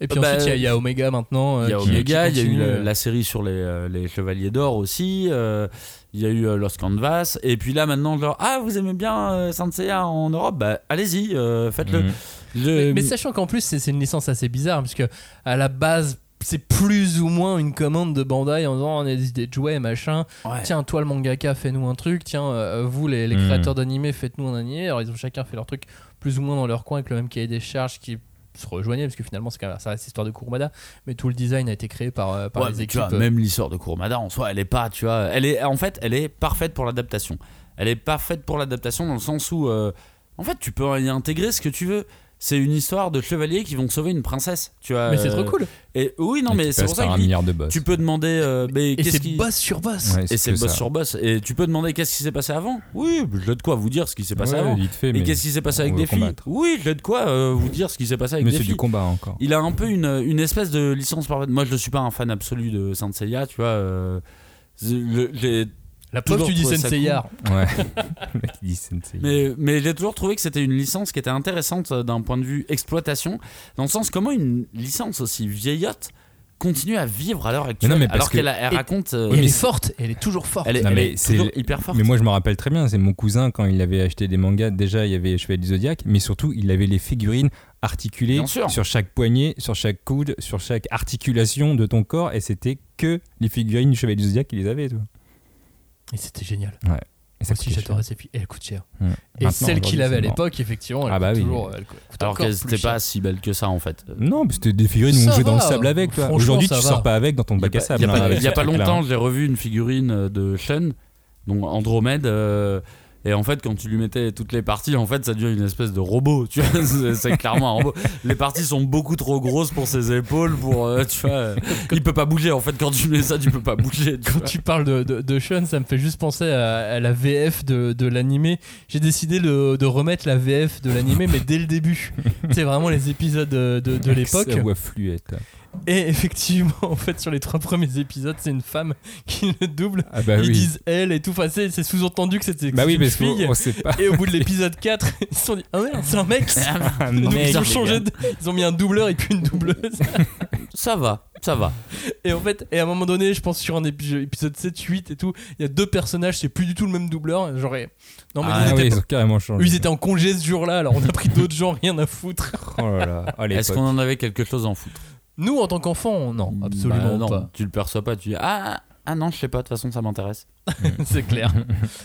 Speaker 1: Et puis
Speaker 2: bah,
Speaker 1: ensuite, il y a- il y, a Omega maintenant. euh,
Speaker 2: Il y a
Speaker 1: qui- qui
Speaker 2: Omega, il y a eu
Speaker 1: continue,
Speaker 2: la,
Speaker 1: euh,
Speaker 2: la série sur les, euh, les Chevaliers d'Or aussi, euh, il y a eu euh, Lost Canvas, et puis là maintenant, genre, ah, vous aimez bien euh, Saint Seiya en Europe Bah, allez-y, euh, faites-le.
Speaker 3: Mhm.
Speaker 2: Je-
Speaker 1: Mais, mais sachant qu'en plus, c'est c'est une licence assez bizarre, parce que à la base, c'est plus ou moins une commande de Bandai en disant on a des idées de jouets, machin.
Speaker 2: Ouais.
Speaker 1: Tiens, toi le mangaka, fais-nous un truc. Tiens, euh, vous les, les
Speaker 3: Mm.
Speaker 1: créateurs d'animés, faites-nous un animé. Alors, ils ont chacun fait leur truc plus ou moins dans leur coin avec le même cahier des charges qui se rejoignait, parce que finalement, c'est quand même- ça reste l'histoire de Kurumada. Mais tout le design a été créé par, euh, par
Speaker 2: Ouais,
Speaker 1: les
Speaker 2: mais tu
Speaker 1: équipes.
Speaker 2: vois,
Speaker 1: euh,
Speaker 2: même l'histoire de Kurumada en soi, elle est pas, tu vois, elle est en fait, elle est parfaite pour l'adaptation. Elle est parfaite pour l'adaptation dans le sens où, euh, en fait, tu peux y intégrer ce que tu veux. C'est une histoire de chevaliers qui vont sauver une princesse, tu vois.
Speaker 1: Mais c'est trop
Speaker 2: euh,
Speaker 1: cool!
Speaker 2: Et oui, non,
Speaker 3: Et
Speaker 2: mais
Speaker 3: qui
Speaker 2: c'est
Speaker 3: passe
Speaker 2: pour ça
Speaker 3: par
Speaker 2: que
Speaker 3: un
Speaker 2: je dis,
Speaker 3: milliard de boss.
Speaker 2: tu peux demander, euh, mais
Speaker 1: Et
Speaker 2: qu'est-ce
Speaker 1: c'est
Speaker 2: qui
Speaker 1: boss sur boss!
Speaker 3: Ouais,
Speaker 2: et c'est
Speaker 3: que
Speaker 2: boss
Speaker 3: ça.
Speaker 2: sur boss. Et tu peux demander qu'est-ce qui s'est passé avant. Oui, je de quoi vous dire ce qui s'est passé
Speaker 3: Ouais,
Speaker 2: avant.
Speaker 3: vite fait,
Speaker 2: Et
Speaker 3: mais
Speaker 2: qu'est-ce qui s'est passé
Speaker 3: on
Speaker 2: avec
Speaker 3: veut
Speaker 2: des filles.
Speaker 3: combattre.
Speaker 2: Oui, je de quoi euh, vous dire ce qui s'est passé avec
Speaker 3: Mais
Speaker 2: des
Speaker 3: c'est
Speaker 2: filles.
Speaker 3: du combat encore.
Speaker 2: Il a un peu une, une espèce de licence parfaite. Moi, je ne suis pas un fan absolu de Saint Seiya, tu vois. euh, je- j'ai-
Speaker 1: La pauvre,
Speaker 2: Toujours
Speaker 1: tu dis
Speaker 2: trouvé ça
Speaker 1: Sensei
Speaker 2: cool.
Speaker 1: Yar.
Speaker 3: Ouais. Le mec, Ah, il dit Sensei.
Speaker 2: mais mais j'ai toujours trouvé que c'était une licence qui était intéressante euh, d'un point de vue exploitation, dans le sens comment une licence aussi vieillotte continue à vivre à l'heure actuelle,
Speaker 3: non, mais parce
Speaker 2: alors
Speaker 3: que-
Speaker 2: qu'elle a- elle
Speaker 1: Et-
Speaker 2: raconte, euh,
Speaker 1: Et elle
Speaker 3: mais
Speaker 1: est
Speaker 3: c'est-
Speaker 1: forte, et elle est toujours forte.
Speaker 2: elle est,
Speaker 3: Non,
Speaker 2: elle
Speaker 3: mais
Speaker 2: est
Speaker 3: c'est-
Speaker 2: toujours hyper forte.
Speaker 3: Mais moi, je me rappelle très bien, c'est mon cousin quand il avait acheté des mangas. Déjà, il y avait Chevalier du Zodiac, mais surtout, il avait les figurines articulées
Speaker 2: Bien sûr.
Speaker 3: sur chaque poignet, sur chaque coude, sur chaque articulation de ton corps, et c'était que les figurines du Chevalier du Zodiac qu'il les avait. tu vois.
Speaker 1: Et c'était génial.
Speaker 3: Et
Speaker 1: Moi aussi
Speaker 3: coûtait
Speaker 1: j'adorais ces filles, elles coûtent cher.
Speaker 3: Ouais.
Speaker 1: Et
Speaker 3: Maintenant,
Speaker 1: celle qu'il
Speaker 3: aujourd'hui,
Speaker 1: avait à
Speaker 3: c'est mort.
Speaker 1: l'époque, effectivement, elle
Speaker 3: Ah bah
Speaker 1: coûte
Speaker 3: oui.
Speaker 1: toujours. Elle coûte coûte
Speaker 2: alors
Speaker 1: encore
Speaker 2: qu'elle
Speaker 1: plus
Speaker 2: n'était
Speaker 1: cher.
Speaker 2: pas si belle que ça en fait.
Speaker 3: cher. Non, mais c'était des figurines où
Speaker 1: Ça
Speaker 3: on jouait dans le
Speaker 1: va,
Speaker 3: sable avec. toi.
Speaker 1: franchement,
Speaker 3: Aujourd'hui,
Speaker 1: ça
Speaker 3: tu
Speaker 1: va.
Speaker 3: sors pas avec dans ton
Speaker 1: Y a
Speaker 3: bac à
Speaker 1: pas-
Speaker 3: sable.
Speaker 2: Il n'y a,
Speaker 3: hein,
Speaker 2: pas-
Speaker 3: avec
Speaker 2: il y a
Speaker 3: ce
Speaker 2: pas
Speaker 3: truc-là,
Speaker 2: longtemps,
Speaker 3: hein.
Speaker 2: j'ai revu une figurine euh, de Shen, donc Andromède. euh, et en fait, quand tu lui mettais toutes les parties, en fait, ça devient une espèce de robot. Tu vois, c'est, c'est clairement un robot. Les parties sont beaucoup trop grosses pour ses épaules. Pour euh, tu vois, euh, il peut pas bouger. En fait, quand tu mets ça, tu peux pas bouger. tu
Speaker 1: Quand
Speaker 2: vois.
Speaker 1: tu parles de, de, de Sean, ça me fait juste penser à, à la VF de, de l'animé. J'ai décidé le- de remettre la VF de l'animé, mais dès le début. C'est vraiment les épisodes de, de- de
Speaker 3: Avec
Speaker 1: l'époque.
Speaker 3: Sa voix fluette.
Speaker 1: Et effectivement, en fait, sur les trois premiers épisodes, c'est une femme qui le double.
Speaker 3: Ah bah
Speaker 1: Ils
Speaker 3: oui.
Speaker 1: disent elle et tout. Enfin, c'est c'est sous-entendu que c'était
Speaker 3: bah
Speaker 1: c'est
Speaker 3: oui,
Speaker 1: une
Speaker 3: parce
Speaker 1: fille.
Speaker 3: qu'on on sait pas.
Speaker 1: Et au bout de l'épisode 4, ils se sont dit Ah merde, c'est un mec
Speaker 3: Ah
Speaker 1: Et donc,
Speaker 2: mec,
Speaker 1: Ah, ils ont
Speaker 2: les
Speaker 1: changé
Speaker 2: gars.
Speaker 1: de- Ils ont mis un doubleur et puis une doubleuse.
Speaker 2: Ça va, ça va.
Speaker 1: Et en fait, et à un moment donné, je pense sur un épi- épisode 7, 8 et tout, il y a deux personnages, c'est plus du tout le même doubleur. Genre, et- non, mais
Speaker 2: Ah
Speaker 1: ils,
Speaker 3: Ah
Speaker 1: étaient
Speaker 3: oui,
Speaker 1: pas-
Speaker 3: ils ont carrément changé.
Speaker 1: ils étaient en congé ce jour-là, alors on a pris d'autres gens, rien à foutre.
Speaker 3: Oh là là. Oh,
Speaker 2: Est-ce
Speaker 3: l'époque.
Speaker 2: qu'on en avait quelque chose à en foutre
Speaker 1: Nous, en tant qu'enfants, non, absolument
Speaker 2: Bah non,
Speaker 1: pas.
Speaker 2: Tu le perçois pas, tu dis ah, ah, ah non, je sais pas, de toute façon ça m'intéresse.
Speaker 1: c'est clair.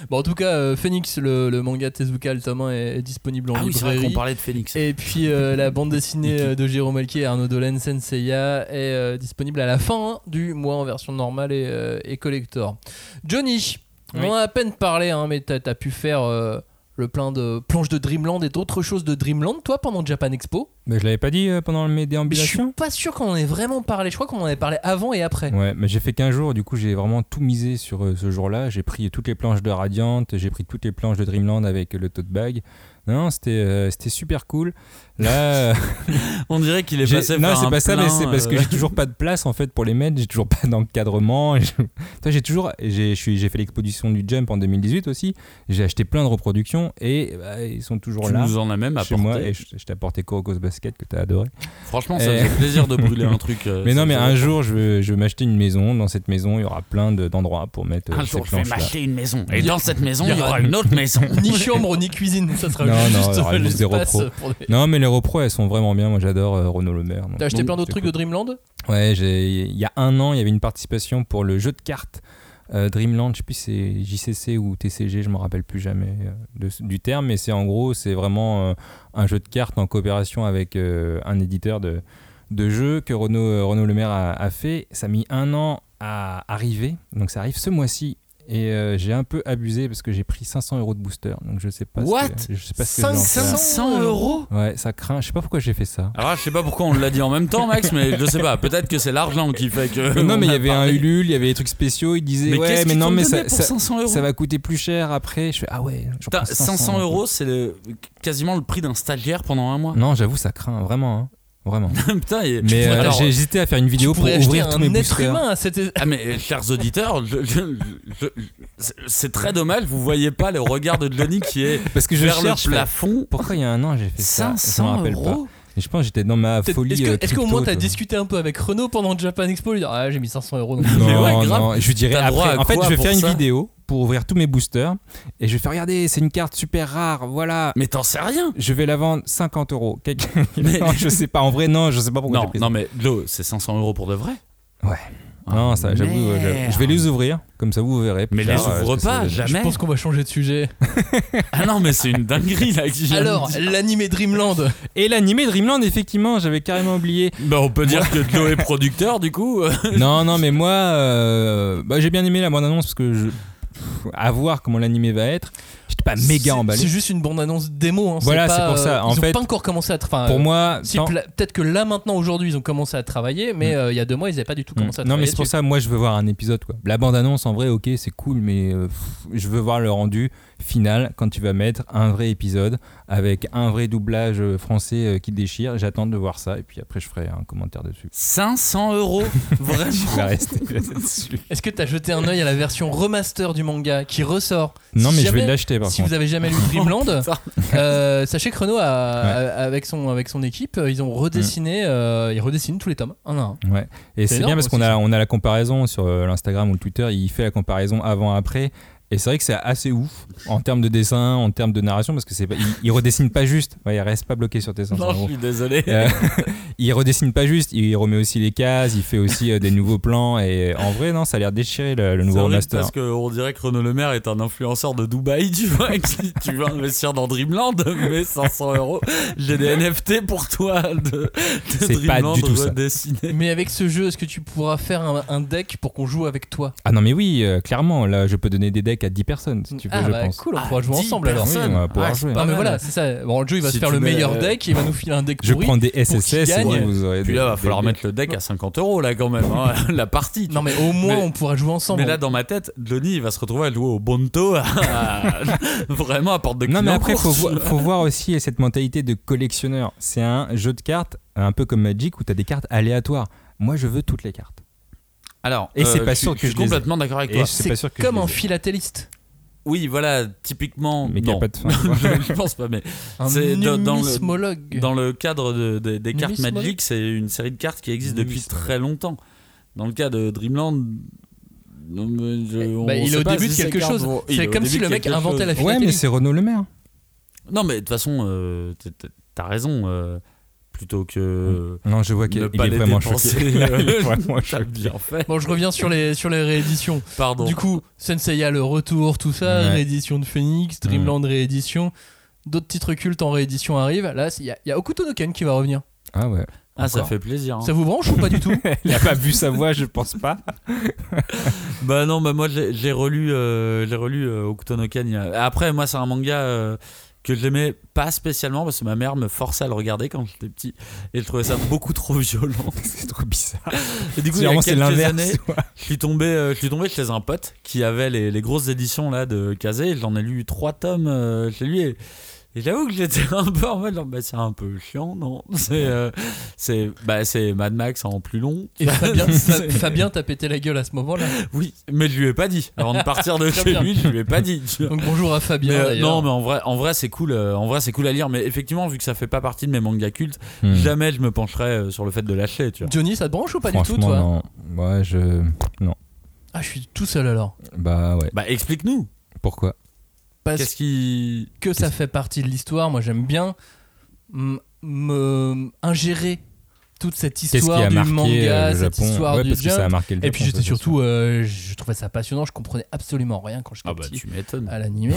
Speaker 1: Bon, en tout cas, euh, Phoenix, le, le manga de Tezuka, le tome un, est, est disponible en
Speaker 2: Ah oui, c'est vrai
Speaker 1: librairie.
Speaker 2: qu'on parlait de Phoenix.
Speaker 1: Et puis euh, la bande dessinée euh, de Jérôme Elkier et Arnaud Dolan, Senseiya, est euh, disponible à la fin hein, du mois en version normale et, euh, et collector. Johnny,
Speaker 3: Oui.
Speaker 1: on en a à peine parlé, hein, mais t'as as pu faire euh, le plein de planches de Dreamland et d'autres choses de Dreamland, toi, pendant Japan Expo.
Speaker 3: Mais je l'avais pas dit euh, pendant mes
Speaker 1: Mais je suis
Speaker 3: déambulations
Speaker 1: pas sûr qu'on en ait vraiment parlé. Je crois qu'on en avait parlé avant et après.
Speaker 3: Ouais, mais j'ai fait qu'un jour, du coup j'ai vraiment tout misé sur euh, ce jour-là. J'ai pris toutes les planches de Radiant, j'ai pris toutes les planches de Dreamland avec euh, le tote bag. Non, non, c'était euh, c'était super cool. Là, euh,
Speaker 2: On dirait qu'il est
Speaker 3: j'ai-
Speaker 2: passé
Speaker 3: non,
Speaker 2: par
Speaker 3: c'est
Speaker 2: un
Speaker 3: pas ça, mais
Speaker 2: plein,
Speaker 3: c'est parce que
Speaker 2: euh,
Speaker 3: j'ai toujours pas de place en fait pour les mettre. J'ai toujours pas d'encadrement. Je- Toi, j'ai toujours, j'ai, je suis- j'ai fait l'exposition du Jump en 2018 aussi. J'ai acheté plein de reproductions et bah, ils sont toujours
Speaker 2: Tu
Speaker 3: là
Speaker 2: nous en as même
Speaker 3: chez
Speaker 2: apporté.
Speaker 3: moi. Et je, je t'ai apporté Corocos Basket que t'as adoré.
Speaker 2: Franchement, ça
Speaker 3: Et-
Speaker 2: fait plaisir de brûler un truc. euh,
Speaker 3: Mais
Speaker 2: ça
Speaker 3: non, mais
Speaker 2: faisait-
Speaker 3: un jour, je veux, je veux m'acheter une maison. Dans cette maison, il y aura plein de- d'endroits pour mettre euh,
Speaker 2: Un jour,
Speaker 3: ces
Speaker 2: je vais
Speaker 3: planches-là.
Speaker 2: m'acheter une maison. Et dans cette maison, il y aura une autre maison.
Speaker 1: Ni chambre, ni cuisine, ça sera
Speaker 3: Non, non,
Speaker 1: juste
Speaker 3: il y aura
Speaker 1: euh,
Speaker 3: juste des
Speaker 1: l'espace
Speaker 3: repros.
Speaker 1: pour des-
Speaker 3: Non, mais les repros, elles sont vraiment bien. Moi, j'adore euh, Renaud Le Maire. donc
Speaker 1: T'as acheté
Speaker 3: bon,
Speaker 1: plein d'autres
Speaker 3: c'est
Speaker 1: trucs de Dreamland
Speaker 3: cool. Ouais, j'ai- il y a un an, il y avait une participation pour le jeu de cartes euh, Dreamland. Je sais plus si c'est JCC ou TCG, je me rappelle plus jamais euh, de- du terme. Mais c'est en gros, c'est vraiment euh, un jeu de cartes en coopération avec euh, un éditeur de, de jeu que Renaud, euh, Renaud Le Maire a, a fait. Ça a mis un an à arriver. Donc, ça arrive ce mois-ci. Et euh, j'ai un peu abusé parce que j'ai pris 500 euros de booster. Donc, je sais pas
Speaker 1: What
Speaker 3: ce que, je sais pas ce que je vais en faire.
Speaker 2: 500 euros
Speaker 3: Ouais, ça craint. Je sais pas pourquoi j'ai fait ça.
Speaker 2: Alors, Ah, je sais pas pourquoi on l'a dit en même temps, Max, mais je sais pas. Peut-être que c'est l'argent qui fait que.
Speaker 3: Mais non, mais
Speaker 2: on
Speaker 3: il
Speaker 2: a
Speaker 3: y avait un
Speaker 2: parlé.
Speaker 3: Ulule, il y avait des trucs spéciaux. Ils disaient,
Speaker 2: Mais
Speaker 3: ouais,
Speaker 2: qu'est-ce
Speaker 3: mais
Speaker 2: qu'ils
Speaker 3: non,
Speaker 2: t'ont
Speaker 3: mais
Speaker 2: donné
Speaker 3: ça,
Speaker 2: pour
Speaker 3: ça-
Speaker 2: 500 euros
Speaker 3: ça va coûter plus cher après. Je fais, ah ouais, j'en
Speaker 2: Putain,
Speaker 3: prends
Speaker 2: 500, euros, hein c'est le- quasiment le prix d'un stagiaire pendant un mois.
Speaker 3: Non, j'avoue, ça craint, vraiment. hein. Vraiment.
Speaker 2: Putain, et-
Speaker 3: Mais euh,
Speaker 2: alors,
Speaker 3: j'ai hésité à faire une vidéo pour
Speaker 1: pourrais acheter
Speaker 3: ouvrir
Speaker 1: un
Speaker 3: tous mes
Speaker 1: être
Speaker 3: boosters. hein.
Speaker 1: humain à cette
Speaker 2: Ah mais euh, chers auditeurs, je- je- je- je- c'est très dommage, vous voyez pas le regard de Johnny qui est
Speaker 3: Parce que je
Speaker 2: vers le
Speaker 3: cherche. je fais,
Speaker 2: plafond.
Speaker 3: Pourquoi il y a un an j'ai fait ça Ça me
Speaker 2: 500
Speaker 3: rappelle pas.
Speaker 2: euros
Speaker 3: Et je pense que j'étais dans ma
Speaker 1: Peut-être-
Speaker 3: folie.
Speaker 1: Est-ce que-
Speaker 3: euh,
Speaker 1: est-ce qu'au moins
Speaker 3: crypto,
Speaker 1: t'as
Speaker 3: toi.
Speaker 1: discuté un peu avec Renault pendant Japan Expo Lui dire, Ah, j'ai mis 500 euros. donc-
Speaker 3: Non,
Speaker 2: Mais ouais, grave.
Speaker 3: non, je lui dirais
Speaker 2: T'as droit
Speaker 3: après.
Speaker 2: à
Speaker 3: En fait,
Speaker 2: quoi
Speaker 3: je vais
Speaker 2: pour
Speaker 3: faire une
Speaker 2: ça
Speaker 3: vidéo pour ouvrir tous mes boosters et je vais faire regarder, c'est une carte super rare, voilà.
Speaker 2: Mais t'en sais rien
Speaker 3: Je vais la vendre 50 euros. Quelqu'un-
Speaker 2: Mais-
Speaker 3: Non, je sais pas. En vrai, non, je sais pas pourquoi j'ai
Speaker 2: Non,
Speaker 3: pris ça.
Speaker 2: non mais Joe, c'est 500 euros pour de vrai
Speaker 3: Ouais. Ah, Non, ça, j'avoue,
Speaker 2: Merde.
Speaker 3: je, je vais les ouvrir, comme ça vous verrez.
Speaker 2: Mais
Speaker 3: plus
Speaker 2: les
Speaker 3: tard, euh,
Speaker 2: ouvre
Speaker 3: ce que ça
Speaker 2: pas,
Speaker 3: donne.
Speaker 1: Je
Speaker 2: jamais
Speaker 1: pense qu'on va changer de sujet.
Speaker 2: Ah non mais c'est une dinguerie là qui vient de
Speaker 1: Alors,
Speaker 2: dire.
Speaker 1: l'animé Dreamland.
Speaker 3: Et l'animé Dreamland, effectivement, j'avais carrément oublié.
Speaker 2: Bah on peut dire que Joe est producteur du coup
Speaker 3: non, non, mais moi, euh, bah, j'ai bien aimé la bande-annonce parce que je. pff, À voir comment l'animé va être. J'étais pas Ah, méga
Speaker 1: C'est-
Speaker 3: emballé.
Speaker 1: C'est juste une bande-annonce démo. hein,
Speaker 3: Voilà,
Speaker 1: pas,
Speaker 3: c'est pour ça.
Speaker 1: euh,
Speaker 3: En
Speaker 1: ils ont
Speaker 3: fait,
Speaker 1: pas encore commencé à. tra- enfin,
Speaker 3: Pour
Speaker 1: euh,
Speaker 3: moi,
Speaker 1: si,
Speaker 3: tant-
Speaker 1: pla- peut-être que là maintenant aujourd'hui ils ont commencé à travailler, mais
Speaker 3: Mm.
Speaker 1: euh, il y a deux mois ils n'avaient pas du tout
Speaker 3: Mm.
Speaker 1: commencé à
Speaker 3: non,
Speaker 1: travailler.
Speaker 3: mais c'est pour
Speaker 1: dessus.
Speaker 3: ça, moi je veux voir un épisode. Quoi. La bande-annonce, en vrai, ok, c'est cool, mais euh, pff, je veux voir le rendu final quand tu vas mettre un vrai épisode avec un vrai doublage euh, français euh, qui déchire. J'attends de voir ça et puis après je ferai un commentaire dessus.
Speaker 2: 500 euros
Speaker 3: Je vais
Speaker 2: Vraiment
Speaker 3: rester là-dessus.
Speaker 1: Est-ce que t'as jeté un œil à la version remaster du manga qui ressort
Speaker 3: Non,
Speaker 1: Si
Speaker 3: mais je
Speaker 1: jamais-
Speaker 3: vais l'acheter par
Speaker 1: Si
Speaker 3: contre. Oh,
Speaker 1: vous avez jamais lu Dreamland,
Speaker 2: putain.
Speaker 1: euh, sachez que Renault, a- a- avec, son, avec son équipe, euh, ils ont redessiné,
Speaker 3: Mm.
Speaker 1: euh, ils redessinent tous les tomes, un à un.
Speaker 3: Ouais. Et
Speaker 1: C'est
Speaker 3: c'est
Speaker 1: énorme
Speaker 3: bien parce qu'on
Speaker 1: aussi,
Speaker 3: a, on a la comparaison sur euh, l'Instagram ou le Twitter, il fait la comparaison avant-après. Et c'est vrai que c'est assez ouf en termes de dessin, en termes de narration, parce que c'est pas, il, il redessine pas juste. Ouais, il reste pas bloqué sur tes sens.
Speaker 2: Non je suis désolé
Speaker 3: Euh, il redessine pas juste, il remet aussi les cases, il fait aussi euh, des nouveaux plans et en vrai non, ça a l'air déchiré le, le
Speaker 2: C'est
Speaker 3: nouveau
Speaker 2: horrible
Speaker 3: remaster.
Speaker 2: Parce qu'on dirait que Renaud Le Maire est un influenceur de Dubaï, tu vois, qui, tu veux investir dans Dreamland, mais 500 euros, j'ai des NFT pour toi de, de
Speaker 3: C'est pas
Speaker 2: Dreamland
Speaker 3: du tout ça.
Speaker 2: redessiné.
Speaker 1: Mais avec ce jeu, est-ce que tu pourras faire un, un deck pour qu'on joue avec toi
Speaker 3: Ah non mais oui, euh, clairement là, je peux donner des decks à 10 personnes si tu veux,
Speaker 1: Ah
Speaker 3: je
Speaker 1: bah
Speaker 3: pense.
Speaker 1: cool, on
Speaker 2: Ah,
Speaker 1: pourra jouer
Speaker 2: 10
Speaker 1: ensemble alors.
Speaker 2: personnes.
Speaker 3: Oui, on va pouvoir
Speaker 2: Ah,
Speaker 3: jouer.
Speaker 2: c'est pas
Speaker 1: Non mais
Speaker 2: mal.
Speaker 1: voilà, c'est ça. Bon, le jeu il va
Speaker 2: Si
Speaker 1: se faire
Speaker 2: tu
Speaker 1: le
Speaker 2: mets,
Speaker 1: meilleur
Speaker 2: euh,
Speaker 1: deck, il va nous filer un deck
Speaker 3: Je
Speaker 1: pourri.
Speaker 3: prends des SSS et
Speaker 1: gagne.
Speaker 3: vous, vous aurez
Speaker 2: Puis
Speaker 3: des-
Speaker 2: là, va
Speaker 3: des-
Speaker 2: falloir
Speaker 3: des-
Speaker 2: mettre le deck à 50 euros, là, quand même, hein, la partie. tu
Speaker 1: Non mais au moins
Speaker 2: Mais-
Speaker 1: on pourra jouer ensemble.
Speaker 2: Mais là, dans ma tête, Johnny, il va se retrouver à jouer au Bonto, à- vraiment à porte de
Speaker 3: Non mais
Speaker 2: client
Speaker 3: après faut,
Speaker 2: court, tu
Speaker 3: vo-
Speaker 2: vois.
Speaker 3: faut voir aussi cette mentalité de collectionneur. C'est un jeu de cartes un peu comme Magic où tu as des cartes aléatoires. Moi, je veux toutes les cartes.
Speaker 2: Alors,
Speaker 3: Et c'est pas
Speaker 2: Euh, je suis-
Speaker 3: sûr que
Speaker 2: je suis
Speaker 3: je les ai.
Speaker 2: complètement d'accord avec
Speaker 3: Et
Speaker 2: toi.
Speaker 3: je suis pas sûr que je
Speaker 1: comme
Speaker 3: les
Speaker 1: un
Speaker 3: ai.
Speaker 1: philatéliste.
Speaker 2: Oui, voilà, typiquement.
Speaker 3: Mais qui a
Speaker 2: non.
Speaker 3: pas de fin. quoi.
Speaker 2: je pense pas, mais
Speaker 1: Un
Speaker 2: C'est dans- dans le-
Speaker 1: numismologue.
Speaker 2: dans le cadre de- de- des cartes
Speaker 1: Numismatique.
Speaker 2: Magic, c'est une série de cartes qui existe depuis
Speaker 3: Numismatique.
Speaker 2: très longtemps. Dans le cas de Dreamland, non, mais je- on-
Speaker 1: Bah,
Speaker 2: on
Speaker 1: il est
Speaker 2: sait
Speaker 1: au
Speaker 2: pas
Speaker 1: début
Speaker 2: si
Speaker 1: de
Speaker 2: ces
Speaker 1: quelque
Speaker 2: cartes
Speaker 1: chose.
Speaker 2: vont- il est
Speaker 1: C'est
Speaker 2: au
Speaker 1: comme
Speaker 2: début
Speaker 1: si
Speaker 2: de
Speaker 1: le mec
Speaker 2: quelque
Speaker 1: inventait
Speaker 2: chose.
Speaker 1: la
Speaker 3: ouais, mais
Speaker 1: philatélie.
Speaker 3: c'est Renaud Le Maire.
Speaker 2: Non, mais de toute façon, euh, t'es- t'es- t'as raison. euh, plutôt que.
Speaker 3: Non, je vois qu'il
Speaker 2: Ne
Speaker 3: il
Speaker 2: pas
Speaker 3: est
Speaker 2: les
Speaker 3: vraiment
Speaker 2: dépenser.
Speaker 3: choqué. Il est vraiment
Speaker 2: T'as
Speaker 3: choqué.
Speaker 2: bien fait.
Speaker 1: Bon, je reviens sur les, sur les rééditions.
Speaker 2: Pardon.
Speaker 1: Du coup, Senseiya, le retour, tout ça,
Speaker 3: Ouais.
Speaker 1: réédition de Phoenix, Dreamland, réédition. D'autres titres cultes en réédition arrivent. Là, il y, a- il y a Okuto no Ken qui va revenir.
Speaker 3: Ah ouais.
Speaker 2: ah, ça
Speaker 3: Encore.
Speaker 2: fait plaisir. hein.
Speaker 1: Ça vous branche ou pas du tout
Speaker 3: Il a pas vu sa voix, je pense pas.
Speaker 2: Bah non, bah moi j'ai j'ai relu, euh, j'ai relu euh, Hokuto no Ken, il y a- Après, moi c'est un manga euh, que j'aimais pas spécialement parce que ma mère me forçait à le regarder quand j'étais petit et je trouvais ça beaucoup trop violent.
Speaker 3: C'est trop bizarre.
Speaker 2: Et du coup, il y a
Speaker 3: Sûrement, c'est
Speaker 2: quelques années,
Speaker 3: l'inverse. ouais.
Speaker 2: je suis tombé, euh, je suis tombé chez un pote qui avait les, les grosses éditions là de Kazé. J'en ai lu trois tomes euh, chez lui et, et j'avoue que j'étais un peu en mode, genre, bah c'est un peu chiant, non C'est, euh, c'est, bah c'est Mad Max en plus long.
Speaker 1: Et Fabien,
Speaker 2: C'est-
Speaker 1: Fabien t'a pété la gueule à ce moment-là.
Speaker 2: Oui, mais je lui ai pas dit. Avant de partir de
Speaker 1: Très
Speaker 2: chez
Speaker 1: bien.
Speaker 2: lui, je lui ai pas dit. tu vois.
Speaker 1: Donc bonjour à Fabien.
Speaker 2: Mais, euh,
Speaker 1: d'ailleurs.
Speaker 2: non, mais en vrai, en vrai, c'est cool. euh, en vrai, c'est cool à lire. Mais effectivement, vu que ça fait pas partie de mes mangas cultes,
Speaker 1: Hmm.
Speaker 2: jamais je me pencherai euh, sur le fait de lâcher. Tu vois.
Speaker 1: Johnny, ça te branche ou pas du
Speaker 3: Franchement,
Speaker 1: tout, toi
Speaker 3: non. Ouais, je. Non.
Speaker 1: Ah, je suis tout seul alors.
Speaker 3: Bah ouais.
Speaker 2: Bah, explique-nous.
Speaker 3: Pourquoi
Speaker 1: Parce
Speaker 2: Qu'est-ce qui
Speaker 1: que ça fait partie de l'histoire. Moi, j'aime bien m- me ingérer toute cette
Speaker 3: Qu'est-ce qui
Speaker 1: histoire
Speaker 3: a
Speaker 1: du
Speaker 3: marqué
Speaker 1: manga,
Speaker 3: euh, le
Speaker 1: cette
Speaker 3: Japon
Speaker 1: histoire
Speaker 3: Ouais,
Speaker 1: du
Speaker 3: parce que ça a
Speaker 1: jump.
Speaker 3: marqué le
Speaker 1: Et puis j'étais
Speaker 3: Japon, ça, c'est
Speaker 1: surtout, euh, je trouvais ça passionnant. Je comprenais absolument rien quand j'étais
Speaker 2: Ah bah,
Speaker 1: petit
Speaker 2: tu m'étonnes.
Speaker 1: à l'animé.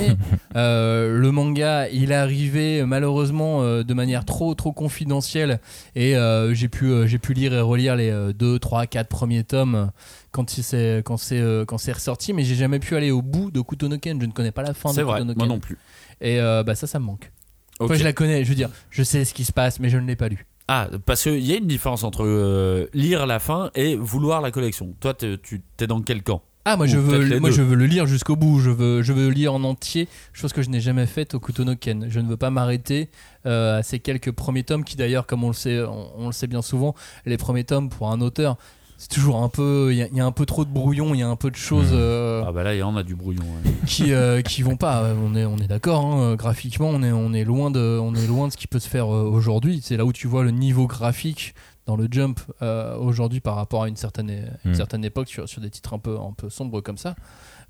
Speaker 1: Euh, le manga, il est arrivé malheureusement euh, de manière trop trop confidentielle et euh, j'ai pu euh, j'ai pu lire et relire les euh, 2 3 4 premiers tomes euh, quand il s'est- quand c'est euh, quand c'est ressorti mais j'ai jamais pu aller au bout de Kutonoken, je ne connais pas la fin de
Speaker 2: C'est vrai.
Speaker 1: Kutonoken.
Speaker 2: Moi non plus.
Speaker 1: Et euh, bah ça ça me manque.
Speaker 2: Ok.
Speaker 1: Enfin, je la connais, je veux dire, je sais ce qui se passe mais je ne l'ai pas lu.
Speaker 2: Ah, parce qu'il y a une différence entre euh, lire la fin et vouloir la collection. Toi, t'es- tu t'es dans quel camp
Speaker 1: Ah moi
Speaker 2: Ou
Speaker 1: je
Speaker 2: peut-être les
Speaker 1: veux moi
Speaker 2: deux.
Speaker 1: je veux le lire jusqu'au bout, je veux je veux le lire en entier, chose que je n'ai jamais faite au Kutonoken. Je ne veux pas m'arrêter euh, à ces quelques premiers tomes qui d'ailleurs comme on le sait on, on le sait bien souvent, les premiers tomes pour un auteur, c'est toujours un peu il y a- il y, a un peu trop de brouillon, il y a un peu de choses
Speaker 3: Mhm.
Speaker 1: euh,
Speaker 2: Ah bah là, il y en a du brouillon. ouais.
Speaker 1: qui euh, qui vont pas. Euh, On est on est d'accord. hein, euh, graphiquement, on est on est loin de on est loin de ce qui peut se faire euh, aujourd'hui. C'est là où tu vois le niveau graphique dans le jump euh, aujourd'hui par rapport à une certaine é- une
Speaker 3: Mm.
Speaker 1: certaine époque sur, sur des titres un peu un peu sombres comme ça.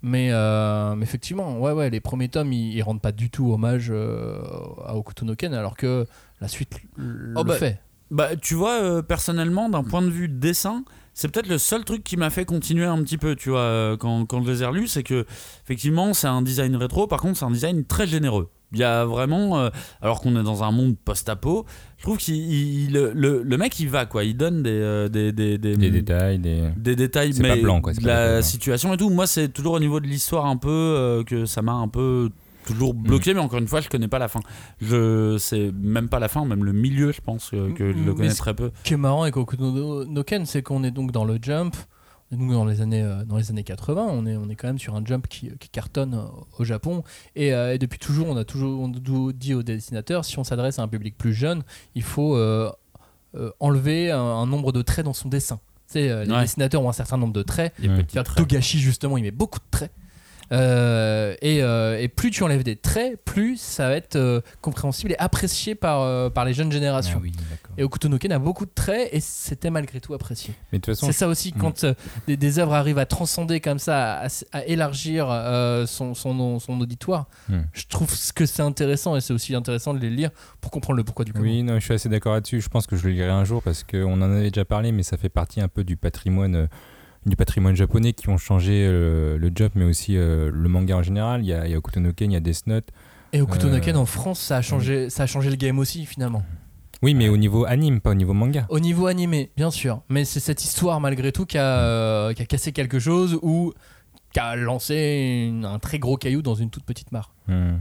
Speaker 1: Mais, euh, mais effectivement, ouais ouais, les premiers tomes ils, ils rendent pas du tout hommage euh, à Hokuto no Ken, alors que la suite l-
Speaker 2: Oh
Speaker 1: le
Speaker 2: bah,
Speaker 1: fait.
Speaker 2: Bah, tu vois, euh, personnellement, d'un point de vue dessin, c'est peut-être le seul truc qui m'a fait continuer un petit peu, tu vois, euh, quand, quand je les ai relus, c'est que, effectivement, c'est un design rétro, par contre, c'est un design très généreux. Il y a vraiment, euh, alors qu'on est dans un monde post-apo, je trouve que le, le mec, il va, quoi, il donne des, euh, des, des, des-
Speaker 3: Des détails, des.
Speaker 2: des détails,
Speaker 3: C'est
Speaker 2: mais
Speaker 3: pas blanc, quoi, c'est
Speaker 2: de
Speaker 3: pas
Speaker 2: la
Speaker 3: blanc, ouais.
Speaker 2: situation et tout. Moi, c'est toujours au niveau de l'histoire un peu euh, que ça m'a un peu toujours
Speaker 3: Mm.
Speaker 2: bloqué, mais encore une fois, je connais pas la fin. Je sais même pas la fin, même le milieu, je pense, euh, que je
Speaker 1: Mais
Speaker 2: le connais
Speaker 1: c'est-
Speaker 2: très peu.
Speaker 1: Ce qui est marrant avec Hokuto no- no Ken, c'est qu'on est donc dans le jump, on est donc dans les années, euh, dans les années 80, on est, on est quand même sur un jump qui, qui cartonne euh, au Japon. Et, euh, et depuis toujours, on a toujours on dou- dit aux dessinateurs, si on s'adresse à un public plus jeune, il faut euh, euh, enlever un, un nombre de traits dans son dessin. Tu sais, euh, les
Speaker 2: Ouais.
Speaker 1: dessinateurs ont un certain nombre de traits.
Speaker 3: Ouais.
Speaker 1: Faire Togashi, justement, il met beaucoup de traits. Euh, et, euh, et plus tu enlèves des traits, plus ça va être euh, compréhensible et apprécié par, euh, par les jeunes
Speaker 3: Ah
Speaker 1: générations.
Speaker 3: oui, d'accord.
Speaker 1: Et Okutonoken a beaucoup de traits et c'était malgré tout apprécié.
Speaker 3: Mais de toute façon,
Speaker 1: C'est ça aussi quand euh, des, des œuvres arrivent à transcender comme ça, à, s- à élargir euh, son, son, son auditoire.
Speaker 3: Mm.
Speaker 1: Je trouve ce que c'est intéressant et c'est aussi intéressant de les lire pour comprendre le pourquoi du comment.
Speaker 3: Oui, non, je suis assez d'accord là-dessus. Je pense que je le lirai un jour parce qu'on en avait déjà parlé, mais ça fait partie un peu du patrimoine, euh, du patrimoine japonais qui ont changé euh, le jump, mais aussi euh, le manga en général. Il y a, il y a Hokuto no Ken, il y a Death Note.
Speaker 1: Et Okutonoken
Speaker 3: Euh,
Speaker 1: en France, ça a, changé, ça a changé le game aussi finalement.
Speaker 3: Oui, mais au niveau anime, pas au niveau manga.
Speaker 1: Au niveau animé, bien sûr, mais c'est cette histoire malgré tout qui a, euh, qui a cassé quelque chose ou qui a lancé une- un très gros caillou dans une toute petite mare.
Speaker 3: Hmm.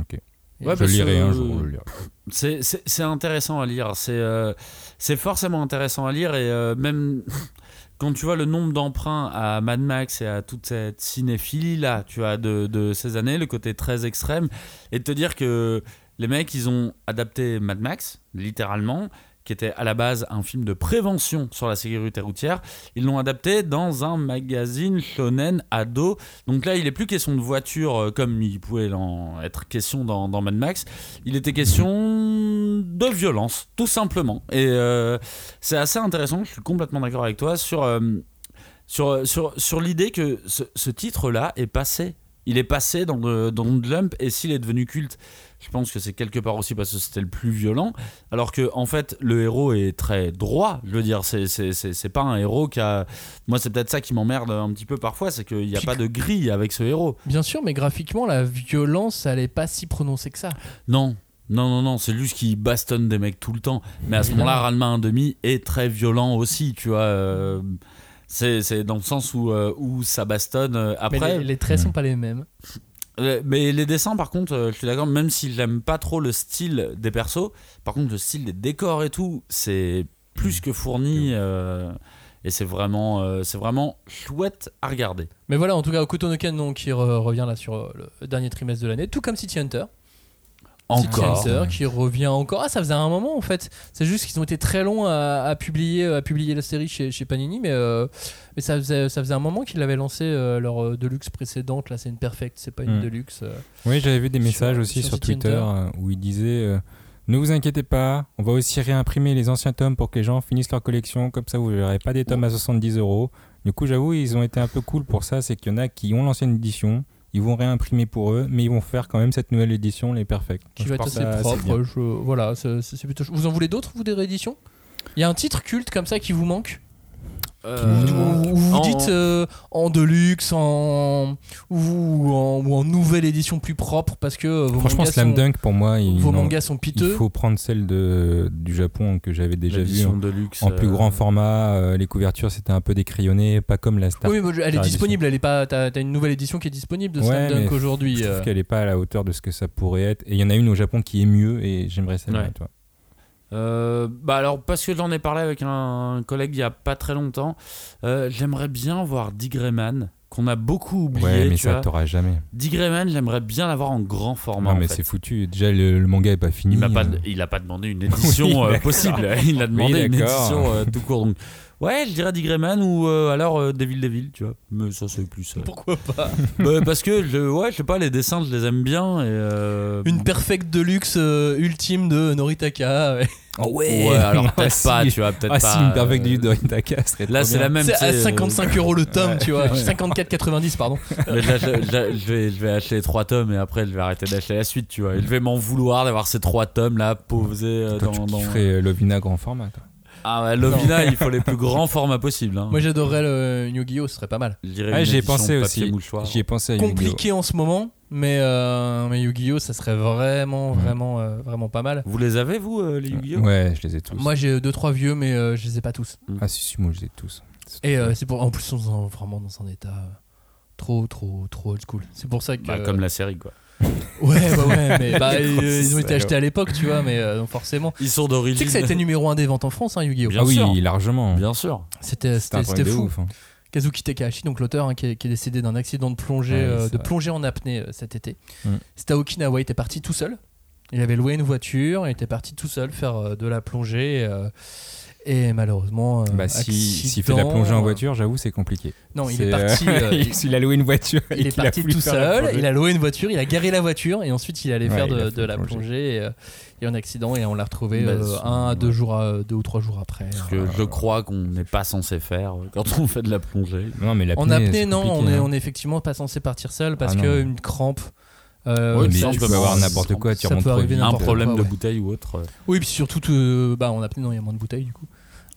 Speaker 3: Ok.
Speaker 2: Ouais,
Speaker 3: je
Speaker 2: parce
Speaker 3: lirai
Speaker 2: que
Speaker 3: un jour. je le lirai.
Speaker 2: C'est- C'est c'est intéressant à lire. C'est euh, c'est forcément intéressant à lire. Et euh, même quand tu vois le nombre d'emprunts à Mad Max et à toute cette cinéphilie-là, tu vois, de, de ces années, le côté très extrême, et de te dire que les mecs, ils ont adapté Mad Max, littéralement. qui était à la base un film de prévention sur la sécurité routière. Ils l'ont adapté dans un magazine shonen ado. Donc là, il est plus question de voiture euh, comme il pouvait en être question dans, dans Mad Max. Il était question de violence, tout simplement. Et euh, c'est assez intéressant. Je suis complètement d'accord avec toi sur euh, sur sur, sur l'idée que ce, ce titre-là est passé. Il est passé dans le, dans le lump et s'il est devenu culte, je pense que c'est quelque part aussi parce que c'était le plus violent. Alors que en fait, le héros est très droit. Je veux dire, c'est c'est- c'est c'est pas un héros qui a. Moi, c'est peut-être ça qui m'emmerde un petit peu parfois, c'est qu'il n'y a
Speaker 1: Puis-
Speaker 2: pas de grille avec ce héros.
Speaker 1: Bien sûr, mais graphiquement, la violence, elle est pas si prononcée que ça.
Speaker 2: Non. Non, non, non, c'est juste qu'il bastonne des mecs tout le temps. Mais à ce
Speaker 1: Évidemment.
Speaker 2: moment-là, Ranma 1,5 est très violent aussi, tu vois. euh, c'est c'est dans le sens où, euh, où ça bastonne. euh,
Speaker 1: Mais
Speaker 2: Après,
Speaker 1: les, les traits sont pas les mêmes.
Speaker 2: Euh, Mais les dessins, par contre, euh, je suis d'accord, même si j'aime pas trop le style des persos, par contre, le style des décors et tout, c'est
Speaker 1: Mm.
Speaker 2: plus que fourni. euh, et c'est vraiment, euh, c'est vraiment chouette à regarder.
Speaker 1: Mais voilà, en tout cas, Okuto no Ken, donc, qui re- revient là sur euh, le dernier trimestre de l'année, tout comme City Hunter. City
Speaker 2: Encore.
Speaker 1: Hunter qui revient encore. Ah, ça faisait un moment en fait. C'est juste qu'ils ont été très longs à, à publier, à publier la série chez, chez Panini, mais, euh, mais ça, faisait, ça faisait un moment qu'ils avaient lancé euh, leur euh, Deluxe précédente. Là, c'est une Perfect, c'est pas une
Speaker 3: Mm.
Speaker 1: Deluxe. euh.
Speaker 3: Oui, j'avais vu des
Speaker 1: Sur-
Speaker 3: messages aussi
Speaker 1: sur
Speaker 3: sur
Speaker 1: City
Speaker 3: Twitter euh, où ils disaient euh, Ne vous inquiétez pas, on va aussi réimprimer les anciens tomes pour que les gens finissent leur collection, comme ça vous n'aurez pas des tomes à 70 euros. Du coup, j'avoue, ils ont été un peu cool pour ça, c'est qu'il y en a qui ont l'ancienne édition, ils vont réimprimer pour eux, mais ils vont faire quand même cette nouvelle édition, les Perfect.
Speaker 1: qui
Speaker 3: Je
Speaker 1: va être
Speaker 3: pense
Speaker 1: assez
Speaker 3: que ça, c'est bien.
Speaker 1: propre. je- voilà, c'est c'est- c'est plutôt. chou- Vous en voulez d'autres, vous, des rééditions Il y a un titre culte comme ça qui vous manque
Speaker 2: Euh,
Speaker 1: Ou- ou- ou vous
Speaker 2: en-
Speaker 1: dites euh, en Deluxe, en ou en, ou en nouvelle édition plus propre parce que euh, vos
Speaker 3: Franchement,
Speaker 1: mangas
Speaker 3: Slam
Speaker 1: sont-
Speaker 3: Dunk, pour moi, ils
Speaker 1: vos
Speaker 3: n'ont-
Speaker 1: mangas sont
Speaker 3: il
Speaker 1: piteux.
Speaker 3: faut prendre celle de, du Japon que j'avais déjà vue.
Speaker 2: l'édition
Speaker 3: En,
Speaker 2: de luxe.
Speaker 3: en plus
Speaker 2: euh,
Speaker 3: grand format, euh, les couvertures c'était un peu décrionné, pas comme la Star
Speaker 1: Oui, mais elle est
Speaker 3: Ah,
Speaker 1: disponible, elle est pas. T'as t'as une nouvelle édition qui est disponible de Slam
Speaker 3: Ouais, mais
Speaker 1: Dunk
Speaker 3: Je
Speaker 1: aujourd'hui.
Speaker 3: trouve
Speaker 1: euh.
Speaker 3: qu'elle n'est pas à la hauteur de ce que ça pourrait être. Et il y en a une au Japon qui est mieux et j'aimerais celle-là.
Speaker 2: Ouais.
Speaker 3: Toi.
Speaker 2: euh, bah alors, parce que j'en ai parlé avec un collègue il y a pas très longtemps, euh, j'aimerais bien voir Dick Grayman, qu'on a beaucoup oublié.
Speaker 3: Ouais, mais
Speaker 2: tu
Speaker 3: ça,
Speaker 2: vois.
Speaker 3: t'auras jamais.
Speaker 2: Dick Grayman, j'aimerais bien l'avoir en grand format.
Speaker 3: Non,
Speaker 2: en
Speaker 3: mais
Speaker 2: fait.
Speaker 3: c'est foutu. Déjà, le, le manga est pas fini.
Speaker 2: Il n'a pas,
Speaker 3: Euh,
Speaker 2: il a pas demandé une édition
Speaker 3: Oui,
Speaker 2: euh,
Speaker 3: d'accord.
Speaker 2: possible. Il a demandé
Speaker 3: Oui,
Speaker 2: une
Speaker 3: d'accord.
Speaker 2: édition euh, tout court. Donc, ouais, je dirais Dick Grayman ou euh, alors euh, Devil Devil, tu vois. Mais ça, c'est plus. euh,
Speaker 1: Pourquoi pas
Speaker 2: bah, parce que, je, ouais, je sais pas, les dessins, je les aime bien. Et, euh,
Speaker 1: Une perfecte de luxe euh, ultime de Noritaka. ouais.
Speaker 3: Oh
Speaker 2: ouais, alors peut-être
Speaker 3: Ah,
Speaker 2: pas,
Speaker 3: si.
Speaker 2: tu vois, peut-être
Speaker 3: Ah
Speaker 2: pas.
Speaker 3: si, une perfect
Speaker 2: euh,
Speaker 3: du Doritaka serait
Speaker 2: Là,
Speaker 3: trop
Speaker 2: c'est
Speaker 3: bien.
Speaker 2: la même.
Speaker 1: C'est
Speaker 2: tu sais,
Speaker 1: à
Speaker 2: euh,
Speaker 1: 55 euros le tome, tu vois.
Speaker 3: Ouais.
Speaker 1: 54,90 pardon.
Speaker 2: mais là, je, là, je vais, je vais acheter trois tomes et après, je vais arrêter d'acheter la suite, tu vois. Et je vais m'en vouloir d'avoir ces trois tomes là posés euh,
Speaker 3: Toi,
Speaker 2: dans.
Speaker 3: tu
Speaker 2: dans-
Speaker 3: kifferais euh, Lovina grand format. toi.
Speaker 2: Ah, ouais, Lovina, il faut les plus grands formats possibles. hein.
Speaker 1: Moi j'adorerais le euh, Yu-Gi-Oh, ce serait pas mal.
Speaker 2: Je dirais
Speaker 3: Ah,
Speaker 2: une
Speaker 3: j'y ai
Speaker 2: édition
Speaker 3: pensé
Speaker 2: papier
Speaker 3: aussi.
Speaker 2: mouchoir.
Speaker 3: J'y ai pensé à Yu-Gi-Oh.
Speaker 1: Compliqué en ce moment, mais euh, mais Yu-Gi-Oh, ça serait vraiment vraiment euh, vraiment pas mal.
Speaker 2: Vous les avez, vous, euh, les Yu-Gi-Oh
Speaker 3: Ouais, je les ai tous.
Speaker 1: hein. Moi j'ai deux trois vieux, mais euh, je les ai pas tous.
Speaker 3: Ah si, si, moi je les ai tous.
Speaker 1: Et euh, c'est pour en plus on est dans- vraiment dans un état euh, trop trop trop old school. C'est pour ça que
Speaker 2: Bah, Comme la série, quoi.
Speaker 1: Ouais, bah ouais, mais bah,
Speaker 3: Les
Speaker 1: euh, ils ont été
Speaker 3: grosses
Speaker 1: achetés à l'époque, tu vois, mais euh, donc forcément.
Speaker 2: Ils sont
Speaker 1: Tu
Speaker 2: d'origine.
Speaker 1: sais que ça a été numéro 1 des ventes en France, hein, Yu-Gi-Oh!
Speaker 2: Bien
Speaker 3: Ah oui,
Speaker 2: sûr.
Speaker 3: largement.
Speaker 2: Bien sûr.
Speaker 1: C'était
Speaker 3: C'était un
Speaker 1: c'était- c'était
Speaker 3: truc de
Speaker 1: fou.
Speaker 3: ouf. hein.
Speaker 1: Kazuki Takahashi, donc l'auteur hein, qui, est, qui est décédé d'un accident de plongée,
Speaker 3: Ouais,
Speaker 1: euh,
Speaker 3: c'est
Speaker 1: de
Speaker 3: vrai.
Speaker 1: plongée en apnée euh, cet été.
Speaker 3: Mm.
Speaker 1: C'était à Okinawa, il était parti tout seul. Il avait loué une voiture, il était parti tout seul faire euh, de la plongée. euh, et malheureusement, euh,
Speaker 3: Bah si, s'il fait de la
Speaker 1: accident,
Speaker 3: plongée en
Speaker 1: euh,
Speaker 3: voiture, j'avoue, c'est compliqué.
Speaker 1: Non, il
Speaker 3: C'est,
Speaker 1: est
Speaker 3: euh,
Speaker 1: parti. euh, il-
Speaker 3: S'il a loué une voiture, et
Speaker 1: il est
Speaker 3: qu'il a
Speaker 1: parti
Speaker 3: voulu
Speaker 1: tout
Speaker 3: faire la
Speaker 1: seul,
Speaker 3: plongée.
Speaker 1: il a loué une voiture, il a garé la voiture et ensuite il allait
Speaker 3: Ouais,
Speaker 1: faire
Speaker 3: il a
Speaker 1: de,
Speaker 3: fait
Speaker 1: de la
Speaker 3: la plongée.
Speaker 1: plongée. et, euh, Il y a eu un accident et on l'a retrouvé
Speaker 2: Bah,
Speaker 1: euh,
Speaker 2: c'est-
Speaker 1: un à deux jours, à- deux ou trois jours après.
Speaker 2: Parce que je crois qu'on n'est pas censé faire euh, quand on fait de la plongée.
Speaker 3: Non, mais l'apnée,
Speaker 1: En apnée,
Speaker 3: c'est
Speaker 1: non, on
Speaker 3: compliqué,
Speaker 1: est,
Speaker 3: hein.
Speaker 1: on est effectivement pas censé partir seul parce
Speaker 3: Ah, non.
Speaker 1: que une crampe. euh,
Speaker 2: Oui,
Speaker 3: mais
Speaker 2: ça,
Speaker 1: ça-
Speaker 2: tu
Speaker 3: tu peux
Speaker 2: peux
Speaker 3: avoir
Speaker 2: avoir
Speaker 3: n'importe quoi, tu
Speaker 1: ça
Speaker 3: rentres
Speaker 1: peut
Speaker 3: trop
Speaker 1: arriver
Speaker 3: vite.
Speaker 2: Un
Speaker 1: n'importe
Speaker 2: problème
Speaker 1: quoi,
Speaker 2: de
Speaker 1: ouais.
Speaker 2: bouteille ou autre. euh.
Speaker 1: Oui, puis surtout, euh, bah, en apnée, non, il y a moins de bouteilles du coup.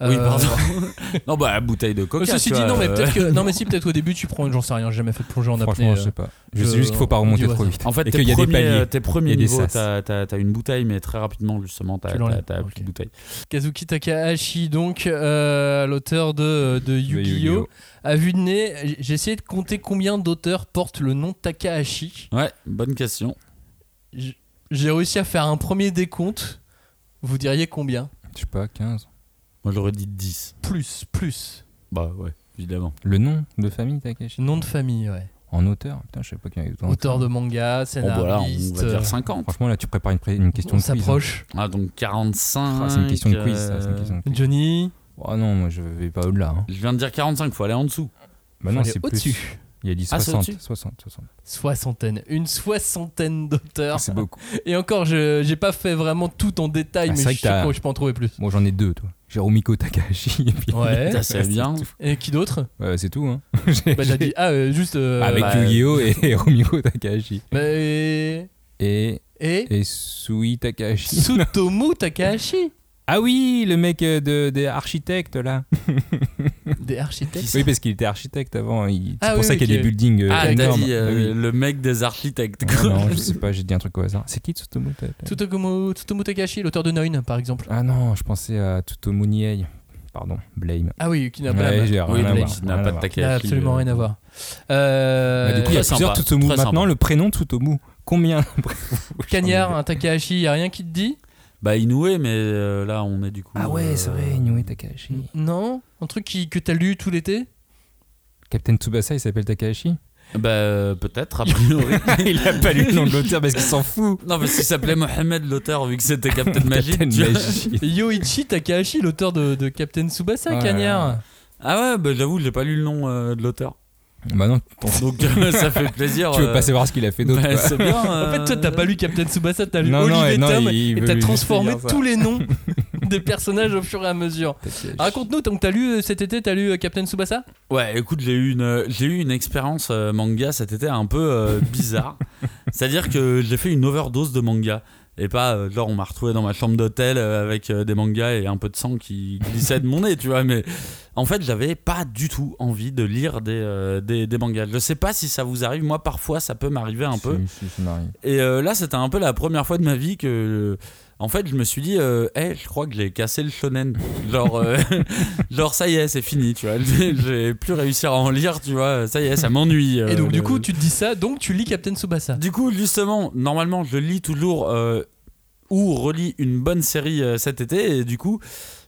Speaker 2: Oui,
Speaker 1: Euh,
Speaker 2: pardon. non, bah, bouteille de coca.
Speaker 1: Ceci
Speaker 2: tu
Speaker 1: dit,
Speaker 2: vois,
Speaker 1: non, mais
Speaker 2: euh,
Speaker 1: peut-être que, non, mais si, peut-être au début, tu prends une, j'en sais rien, j'ai jamais fait de plongée en apnée.
Speaker 3: Franchement, je
Speaker 1: euh.
Speaker 3: sais pas.
Speaker 1: je-
Speaker 3: Je sais juste qu'il faut pas
Speaker 1: on dit
Speaker 3: remonter
Speaker 1: au
Speaker 3: trop
Speaker 1: hasard.
Speaker 3: vite.
Speaker 2: En fait,
Speaker 3: et
Speaker 2: tes
Speaker 3: qu'il y a des
Speaker 2: premiers,
Speaker 3: paliers.
Speaker 2: tes premiers
Speaker 3: Il y a des
Speaker 2: niveaux,
Speaker 3: sas.
Speaker 2: t'as t'as- t'as une bouteille, mais très rapidement, justement, t'as
Speaker 1: Tu l'enlèves.
Speaker 2: t'as- t'as plus
Speaker 1: Ok.
Speaker 2: de bouteille.
Speaker 1: Kazuki Takahashi, donc, euh, l'auteur de, de
Speaker 3: Le
Speaker 1: Yu-Gi-Oh!
Speaker 3: Yu-Gi-Oh.
Speaker 1: à vue de nez, j'ai- j'ai essayé de compter combien d'auteurs portent le nom Takahashi.
Speaker 2: Ouais, bonne question.
Speaker 1: J- J'ai réussi à faire un premier décompte. Vous diriez combien
Speaker 3: Je sais pas, 15.
Speaker 2: Moi, j'aurais dit 10.
Speaker 1: Plus, plus.
Speaker 2: Bah, ouais, évidemment.
Speaker 3: Le nom de famille, Takashi
Speaker 1: Nom de famille, ouais.
Speaker 3: En auteur Putain, je sais pas bah, qu'il y en avait autant.
Speaker 1: Auteur de manga,
Speaker 2: Bon, Oh, voilà, on
Speaker 1: scénariste. euh,
Speaker 2: va dire 50.
Speaker 3: Franchement, là, tu prépares une, pré- une question
Speaker 1: on
Speaker 3: de quiz. hein.
Speaker 1: s'approche.
Speaker 2: Ah, donc 45.
Speaker 3: Ah, c'est une question de quiz, ça. c'est une
Speaker 2: euh,
Speaker 3: question de quiz.
Speaker 1: Johnny,
Speaker 3: Oh non, moi, je vais pas au-delà. hein.
Speaker 2: Je viens de dire 45, faut aller en dessous.
Speaker 3: Bah
Speaker 1: faut
Speaker 3: non,
Speaker 1: aller
Speaker 3: c'est plus.
Speaker 1: au-dessus.
Speaker 3: Il y a dit
Speaker 2: Ah, c'est
Speaker 3: 60.
Speaker 2: au-dessus
Speaker 3: 60, 60.
Speaker 1: Soixantaine. Une soixantaine d'auteurs.
Speaker 3: Ah, C'est beaucoup.
Speaker 1: Et encore, je j'ai pas fait vraiment tout en détail,
Speaker 3: Ah,
Speaker 1: mais
Speaker 3: c'est
Speaker 1: je
Speaker 3: vrai
Speaker 1: sais
Speaker 3: que t'as-
Speaker 1: pas, je peux en trouver plus.
Speaker 3: Bon, j'en ai deux, toi. Jérôme Takahashi. Et puis...
Speaker 1: Ouais.
Speaker 2: Ça, c'est bien.
Speaker 3: Eh, tout.
Speaker 1: Et qui d'autre
Speaker 3: Ouais, bah, c'est tout, hein. J'ai-
Speaker 1: Bah, j'ai
Speaker 3: j'ai-
Speaker 1: dit. Ah, euh, juste. euh,
Speaker 3: Avec
Speaker 1: bah,
Speaker 3: Yu-Gi-Oh! et, et Romiko Takahashi.
Speaker 1: mais-
Speaker 3: Et,
Speaker 1: Et.
Speaker 3: et Sui Takahashi.
Speaker 1: Sutomu Takahashi
Speaker 3: Ah oui, le mec euh, de, des architectes, là.
Speaker 1: Des architectes.
Speaker 3: Oui, parce qu'il était architecte avant. il- C'est
Speaker 1: Ah
Speaker 3: pour
Speaker 1: oui,
Speaker 3: ça
Speaker 1: oui,
Speaker 3: qu'il y a des
Speaker 1: qui-
Speaker 3: buildings euh,
Speaker 2: Ah, t'as
Speaker 3: énormes.
Speaker 2: dit euh,
Speaker 3: Ah oui.
Speaker 2: le mec des architectes.
Speaker 3: Ah
Speaker 2: quoi.
Speaker 3: non, je sais pas, j'ai dit un truc au hasard. C'est qui Tsutomu Takahashi
Speaker 1: Tsutomu Tsutomu Takahashi, l'auteur de Nine, par exemple.
Speaker 3: Ah non, je pensais à Tsutomu Niei. Pardon, Blame.
Speaker 1: Ah oui, qui n'a pas.
Speaker 3: Ouais, j'ai
Speaker 2: oui,
Speaker 3: rien à
Speaker 2: le mec
Speaker 3: voir.
Speaker 2: qui n'a
Speaker 3: rien
Speaker 2: pas
Speaker 1: Il
Speaker 2: de
Speaker 3: à voir.
Speaker 1: a
Speaker 2: Takahashi.
Speaker 1: Ah, absolument
Speaker 2: euh,
Speaker 1: rien à voir. Euh,
Speaker 3: Bah, du coup, il y a
Speaker 2: très sympa,
Speaker 3: plusieurs Tsutomu.
Speaker 2: très
Speaker 3: Maintenant,
Speaker 2: sympa.
Speaker 3: le prénom Tsutomu. Combien après vous
Speaker 1: Cagnard, un Takahashi, y a rien qui te dit
Speaker 2: Bah, Inoue, mais euh, là, on est du coup.
Speaker 3: Ah ouais, c'est
Speaker 2: euh,
Speaker 3: vrai, Inoue Takahashi.
Speaker 1: Non Un truc qui, que t'as lu tout l'été
Speaker 3: Captain Tsubasa, il s'appelle Takahashi
Speaker 2: Bah, euh, peut-être, a priori.
Speaker 3: Il a pas lu le nom de l'auteur parce qu'il s'en fout.
Speaker 2: non, parce qu'il s'appelait Mohamed, l'auteur, vu que c'était Captain Magic.
Speaker 3: Captain
Speaker 2: tu vois.
Speaker 3: Magie.
Speaker 1: Yoichi Takahashi, l'auteur de, de Captain Tsubasa,
Speaker 3: Ouais.
Speaker 1: Cagnard.
Speaker 2: Ah ouais, bah, j'avoue, j'ai pas lu le nom euh, de l'auteur.
Speaker 3: Bah non, tu
Speaker 2: Donc, euh, ça fait plaisir.
Speaker 3: veux
Speaker 2: euh,
Speaker 3: pas savoir ce qu'il a fait d'autre.
Speaker 2: bah,
Speaker 3: quoi.
Speaker 2: c'est bien.
Speaker 1: En fait, toi, t'as pas lu Captain Tsubasa, t'as lu
Speaker 3: Non, non,
Speaker 1: Olivier
Speaker 3: non,
Speaker 1: Tom
Speaker 3: il- il
Speaker 1: et
Speaker 3: veut
Speaker 1: t'as
Speaker 3: juste
Speaker 1: transformé
Speaker 3: dire ça.
Speaker 1: tous les noms des personnages au fur et à mesure. Raconte-nous, donc t'as lu euh, cet été, t'as lu euh, Captain Tsubasa
Speaker 2: Ouais, écoute, j'ai eu une, j'ai eu une expérience euh, manga cet été un peu euh, bizarre. C'est-à-dire que j'ai fait une overdose de manga. Et pas, euh, genre, on m'a retrouvé dans ma chambre d'hôtel euh, avec euh, des mangas et un peu de sang qui glissait de mon nez, tu vois. Mais en fait, j'avais pas du tout envie de lire des, euh, des, des mangas. Je sais pas si ça vous arrive, moi, parfois, ça peut m'arriver un peu.
Speaker 3: Si, si, ça m'arrive.
Speaker 2: Et euh, là, c'était un peu la première fois de ma vie que. En fait, je me suis dit, euh, Eh, je crois que j'ai cassé le shonen. Genre, euh, genre ça y est, c'est fini, tu vois. J'ai plus réussi à en lire, tu vois. Ça y est, ça m'ennuie. euh,
Speaker 1: Et donc,
Speaker 2: le-
Speaker 1: du coup, tu te dis ça, donc tu lis Captain Tsubasa.
Speaker 2: Du coup, justement, normalement, je lis toujours euh, ou relis une bonne série euh, cet été. Et du coup,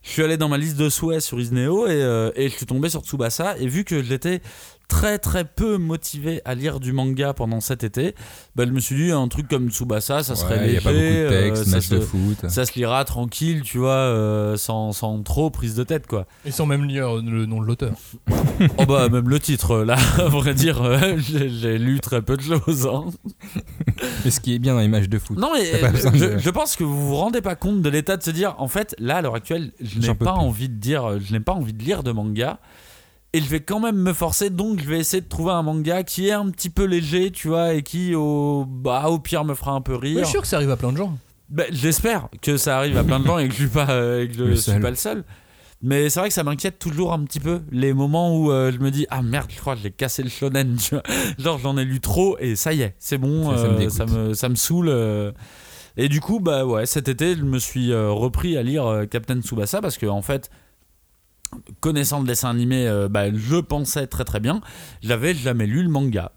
Speaker 2: je suis allé dans ma liste de souhaits sur Isneo et, euh, et je suis tombé sur Tsubasa. Et vu que j'étais très très peu motivé à lire du manga pendant cet été, bah, je me suis dit un truc comme Tsubasa, ça serait
Speaker 3: Ouais, y
Speaker 2: léger.
Speaker 3: a pas beaucoup de
Speaker 2: euh,
Speaker 3: textes,
Speaker 2: ça
Speaker 3: match
Speaker 2: se-
Speaker 3: de hein. foot.
Speaker 2: ça se lira tranquille, tu vois, euh, sans, sans trop prise de tête, quoi.
Speaker 1: Et sans même lire euh, le nom de l'auteur.
Speaker 2: Oh bah même le titre, là, à vrai dire, euh, j'ai j'ai lu très peu de choses. hein.
Speaker 3: Mais ce qui est bien dans les matchs de foot.
Speaker 2: Non mais euh,
Speaker 3: T'as pas besoin de-
Speaker 2: je, je pense que vous vous rendez pas compte de l'état de se dire en fait là à l'heure actuelle je n'ai
Speaker 3: J'en peux
Speaker 2: pas
Speaker 3: plus.
Speaker 2: envie de dire je n'ai pas envie de lire de manga et je vais quand même me forcer donc je vais essayer de trouver un manga qui est un petit peu léger tu vois et qui au bah au pire me fera un peu
Speaker 1: Je
Speaker 2: rire.
Speaker 1: suis sûr que ça arrive à plein de gens.
Speaker 2: Bah, J'espère que ça arrive à plein de gens et que je suis pas, euh, et que je
Speaker 3: Le
Speaker 2: suis
Speaker 3: seul.
Speaker 2: pas le seul. Mais c'est vrai que ça m'inquiète toujours un petit peu les moments où euh, je me dis ah merde je crois que j'ai cassé le shonen tu vois. genre j'en ai lu trop et ça y est c'est bon
Speaker 3: Ça, ça me
Speaker 2: euh,
Speaker 3: dégoûte.
Speaker 2: ça, me, ça me saoule euh. et du coup bah ouais cet été je me suis euh, repris à lire euh, Captain Tsubasa parce que en fait connaissant le dessin animé euh, bah, je pensais très très bien j'avais jamais lu le manga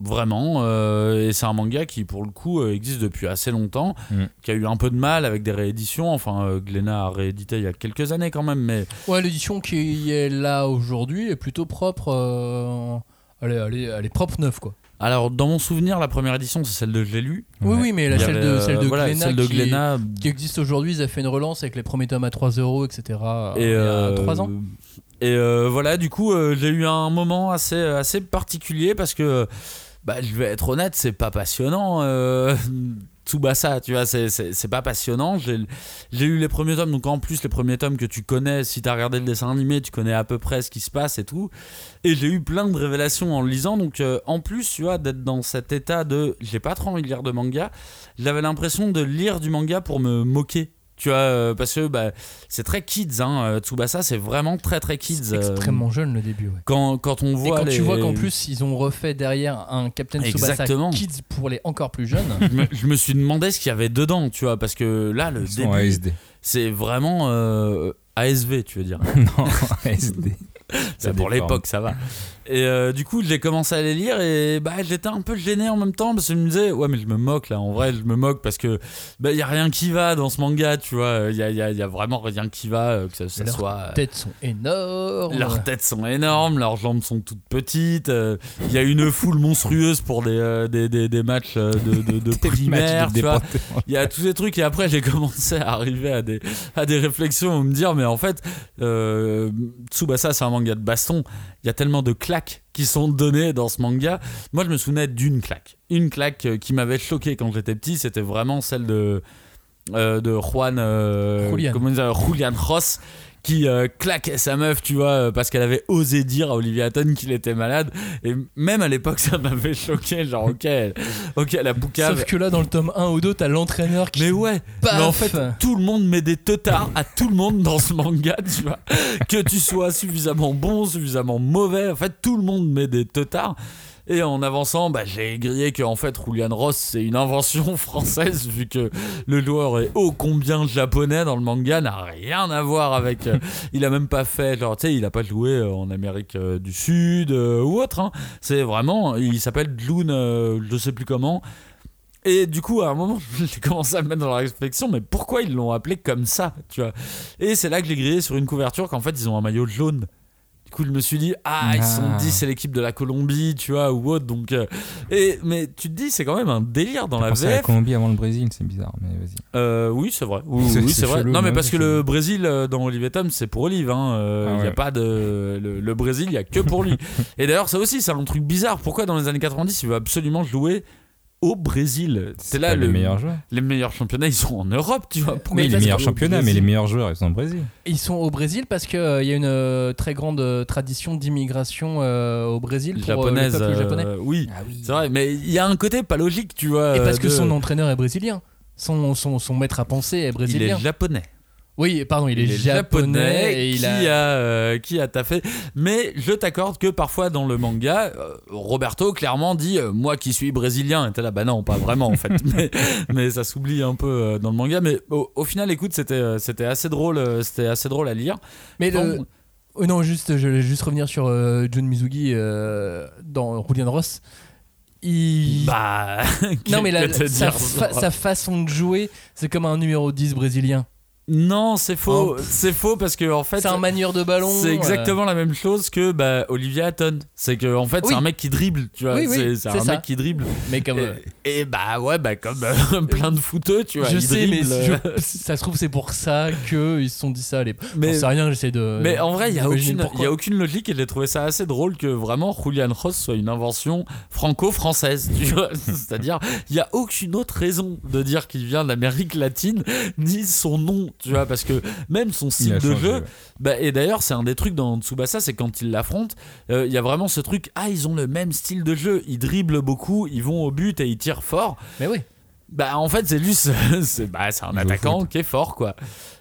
Speaker 2: vraiment euh, et c'est un manga qui pour le coup euh, existe depuis assez longtemps
Speaker 3: Mm.
Speaker 2: qui a eu un peu de mal avec des rééditions enfin euh, Glénat a réédité il y a quelques années quand même mais
Speaker 1: Ouais, l'édition qui est là aujourd'hui est plutôt propre. euh, Elle, est, elle est- elle est propre neuve, quoi.
Speaker 2: alors dans mon souvenir la première édition c'est celle de je l'ai lu
Speaker 1: Oui,
Speaker 3: Ouais.
Speaker 1: oui, mais la
Speaker 2: Il y
Speaker 1: celle
Speaker 2: avait,
Speaker 1: de,
Speaker 2: euh,
Speaker 1: celle de
Speaker 2: voilà,
Speaker 1: Glénat
Speaker 2: celle de
Speaker 1: qui-
Speaker 2: Glénat,
Speaker 1: qui existe aujourd'hui, ils ont fait une relance avec les premiers tomes à 3 euros, etc.
Speaker 2: et
Speaker 1: il y a
Speaker 2: euh,
Speaker 1: 3 ans.
Speaker 2: et euh, voilà du coup euh, j'ai eu un moment assez assez particulier parce que bah, je vais être honnête c'est pas passionnant euh, Tsubasa, tu vois, c'est- c'est c'est pas passionnant. J'ai j'ai lu les premiers tomes, donc en plus, les premiers tomes que tu connais, si t'as regardé le dessin animé, tu connais à peu près ce qui se passe et tout. Et j'ai eu plein de révélations en le lisant, donc euh, en plus, tu vois, d'être dans cet état de j'ai pas trop envie de lire de manga, j'avais l'impression de lire du manga pour me moquer. Tu vois, euh, parce que bah, c'est très kids, hein. euh, Tsubasa, c'est vraiment très très kids.
Speaker 1: C'est
Speaker 2: euh,
Speaker 1: extrêmement jeune le début, ouais.
Speaker 2: quand, quand on
Speaker 1: Et
Speaker 2: voit.
Speaker 1: quand
Speaker 2: les-
Speaker 1: tu vois qu'en plus ils ont refait derrière un Captain Tsubasa
Speaker 2: Exactement.
Speaker 1: Kids pour les encore plus jeunes,
Speaker 2: Je me, je me suis demandé ce qu'il y avait dedans, tu vois, parce que là, le
Speaker 3: Ils sont
Speaker 2: début,
Speaker 3: ASD.
Speaker 2: c'est vraiment euh, ASV, tu veux dire.
Speaker 3: non, ASD.
Speaker 2: C'est
Speaker 3: Ça
Speaker 2: Bah, pour
Speaker 3: dépend.
Speaker 2: l'époque, ça va. Et euh, du coup, j'ai commencé à les lire et bah, j'étais un peu gêné en même temps parce que je me disais, ouais, mais je me moque là, en vrai, je me moque parce que bah, y a rien qui va dans ce manga, tu vois, il y a, y a- y a vraiment rien qui va, euh, que ça, ça
Speaker 1: Leur
Speaker 2: soit. euh,
Speaker 1: Têtes sont énormes.
Speaker 2: leurs têtes sont énormes, leurs jambes sont toutes petites. euh, Il y a une foule monstrueuse pour des, euh, des, des, des matchs euh, de, de, de primaire. tu vois. Il y a tous ces trucs et après j'ai commencé à arriver à des, à des réflexions, me dire mais en fait, euh, Tsubasa c'est un manga de baston, il y a tellement de claques qui sont données dans ce manga. Moi je me souvenais d'une claque, une claque euh, qui m'avait choqué quand j'étais petit, c'était vraiment celle de, euh, de Juan, euh,
Speaker 1: Julian.
Speaker 2: comment on dit, euh, Julian Ross qui euh, claquait sa meuf, tu vois, euh, parce qu'elle avait osé dire à Olivia Hatton qu'il était malade. Et même à l'époque, ça m'avait choqué. Genre, ok, elle- ok, la boucave,
Speaker 1: Sauf que là, dans le tome 1 ou 2, t'as l'entraîneur qui.
Speaker 2: mais ouais,
Speaker 1: Paf.
Speaker 2: mais en fait, tout le monde met des teutards à tout le monde dans ce manga, tu vois. Que tu sois suffisamment bon, suffisamment mauvais, en fait, tout le monde met des teutards. Et en avançant, bah, j'ai grillé que en fait, Julian Ross, c'est une invention française, vu que le joueur est ô combien japonais dans le manga, n'a rien à voir avec. euh, il a même pas fait, genre, tu sais, il a pas joué euh, en Amérique euh, du Sud euh, ou autre. hein. C'est vraiment, il s'appelle Jun, euh, je sais plus comment. Et du coup, à un moment, j'ai commencé à me mettre dans la réflexion, mais pourquoi ils l'ont appelé comme ça, tu vois Et c'est là que j'ai grillé sur une couverture qu'en fait, ils ont un maillot jaune. Du coup, je me suis dit, ah, ils se sont
Speaker 3: Ah.
Speaker 2: dit, c'est l'équipe de la Colombie, tu vois, ou autre. Donc, euh, et, mais tu te dis, c'est quand même un délire dans la
Speaker 3: C'est la
Speaker 2: VF.
Speaker 3: Colombie avant le Brésil, c'est bizarre, mais vas-y.
Speaker 2: Euh, oui, c'est vrai. Oui,
Speaker 3: C'est-
Speaker 2: oui,
Speaker 3: c'est
Speaker 2: c'est vrai.
Speaker 3: chelou,
Speaker 2: non, mais
Speaker 3: ouais,
Speaker 2: parce que
Speaker 3: c'est-
Speaker 2: le Brésil euh, dans Olivier Tom, c'est pour Olive. Hein. Euh,
Speaker 3: Ah
Speaker 2: y a
Speaker 3: ouais.
Speaker 2: pas de le, le Brésil, il y a que pour lui. Et d'ailleurs, ça aussi, c'est un truc bizarre. Pourquoi dans les années 90, il veut absolument jouer au Brésil C'est là
Speaker 3: pas
Speaker 2: le,
Speaker 3: le meilleur joueur.
Speaker 2: les meilleurs championnats, ils sont en Europe, tu vois. Pourquoi
Speaker 3: Mais
Speaker 2: ils
Speaker 3: les
Speaker 2: restent
Speaker 3: meilleurs
Speaker 2: au
Speaker 3: championnats, mais
Speaker 2: Brésil
Speaker 3: les meilleurs joueurs, ils sont au Brésil.
Speaker 1: Ils sont au Brésil parce qu'il y a une euh, très grande euh, tradition d'immigration euh, au Brésil pour euh,
Speaker 2: japonaises,
Speaker 1: le peuple
Speaker 2: euh,
Speaker 1: japonais.
Speaker 2: oui,
Speaker 1: Ah oui.
Speaker 2: c'est vrai. Mais il y a un côté pas logique, tu vois.
Speaker 1: Et parce
Speaker 2: euh,
Speaker 1: que
Speaker 2: de-
Speaker 1: son entraîneur est brésilien. Son, son, son maître à penser est
Speaker 2: il
Speaker 1: brésilien.
Speaker 2: est japonais.
Speaker 1: Oui, pardon, il est, japonais, et il
Speaker 2: qui
Speaker 1: a.
Speaker 2: euh, qui a taffé. Mais je t'accorde que parfois dans le manga, euh, Roberto clairement dit euh, moi qui suis brésilien, et t'es là bah non pas vraiment en fait. mais, mais ça s'oublie un peu euh, dans le manga. Mais au, au final, écoute, c'était euh, c'était assez drôle, euh, c'était assez drôle à lire.
Speaker 1: Mais le-
Speaker 2: Bon.
Speaker 1: Oh non, juste, je voulais juste revenir sur euh, Jun Mizugi euh, dans Julian Ross. Il.
Speaker 2: Bah
Speaker 1: non, mais la-
Speaker 2: que te
Speaker 1: sa,
Speaker 2: dire,
Speaker 1: fa- sa façon de jouer, c'est comme un numéro 10 brésilien.
Speaker 2: non c'est faux, c'est faux parce que en fait
Speaker 1: Oh. c'est un manieur de ballon.
Speaker 2: C'est
Speaker 1: euh,
Speaker 2: exactement la même chose que bah, Olivia Hatton. C'est que en fait,
Speaker 1: Oui.
Speaker 2: c'est un mec qui dribble, tu vois.
Speaker 1: Oui, oui,
Speaker 2: c'est c'est
Speaker 1: c'est
Speaker 2: un
Speaker 1: ça.
Speaker 2: mec qui dribble.
Speaker 1: mais comme. euh,
Speaker 2: Et, et bah ouais, bah comme euh, plein de fouteux, tu vois.
Speaker 1: je
Speaker 2: il
Speaker 1: sais, mais
Speaker 2: dribble, euh,
Speaker 1: je- ça se trouve, c'est pour ça qu'ils se sont dit ça à l'époque. J'en
Speaker 2: mais,
Speaker 1: sais rien, j'essaie de.
Speaker 2: mais en vrai, il n'y a,
Speaker 1: d'imaginer
Speaker 2: aucune-
Speaker 1: pourquoi.
Speaker 2: il y a aucune logique et j'ai trouvé ça assez drôle que vraiment Julian Ross soit une invention franco-française, tu vois. C'est-à-dire, il n'y a aucune autre raison de dire qu'il vient d'Amérique latine, ni son nom, tu vois, parce que même son
Speaker 3: Il
Speaker 2: style
Speaker 3: a
Speaker 2: de
Speaker 3: changé,
Speaker 2: jeu,
Speaker 3: ouais.
Speaker 2: Bah, et d'ailleurs, c'est un des trucs dans Tsubasa, c'est quand ils l'affrontent, euh, il y a vraiment ce truc, ah, ils ont le même style de jeu, ils dribblent beaucoup, ils vont au but et ils tirent fort.
Speaker 1: Mais oui.
Speaker 2: Bah, en fait, c'est juste, c'est bah, c'est un
Speaker 3: joue au
Speaker 2: attaquant
Speaker 3: foot.
Speaker 2: qui est fort, quoi.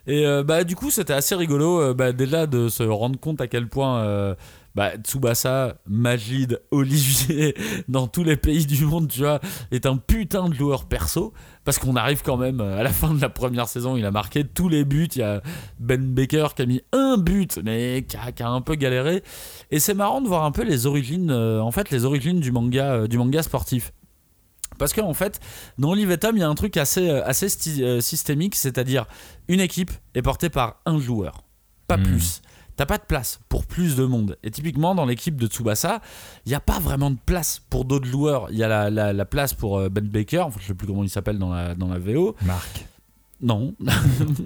Speaker 2: Et euh, bah, du coup, c'était assez rigolo, euh, bah, déjà de se rendre compte à quel point. euh, bah, Tsubasa, Majid, Olivier, dans tous les pays du monde, tu vois, est un putain de joueur perso. Parce qu'on arrive quand même euh, à la fin de la première saison, il a marqué tous les buts. Il y a Ben Baker qui a mis un but, mais qui a, qui a un peu galéré. Et c'est marrant de voir un peu les origines, euh, en fait, les origines du manga, euh, du manga sportif. Parce que en fait, dans Olive et Tom, il y a un truc assez, euh, assez sti- euh, systémique, c'est-à-dire une équipe est portée par un joueur, pas
Speaker 3: Hmm.
Speaker 2: plus. T'as pas de place pour plus de monde. Et typiquement, dans l'équipe de Tsubasa, il n'y a pas vraiment de place pour d'autres joueurs. Il y a la, la- la place pour euh, Ben Baker, enfin, je sais plus comment il s'appelle dans la, dans la VO.
Speaker 3: Marc.
Speaker 2: Non,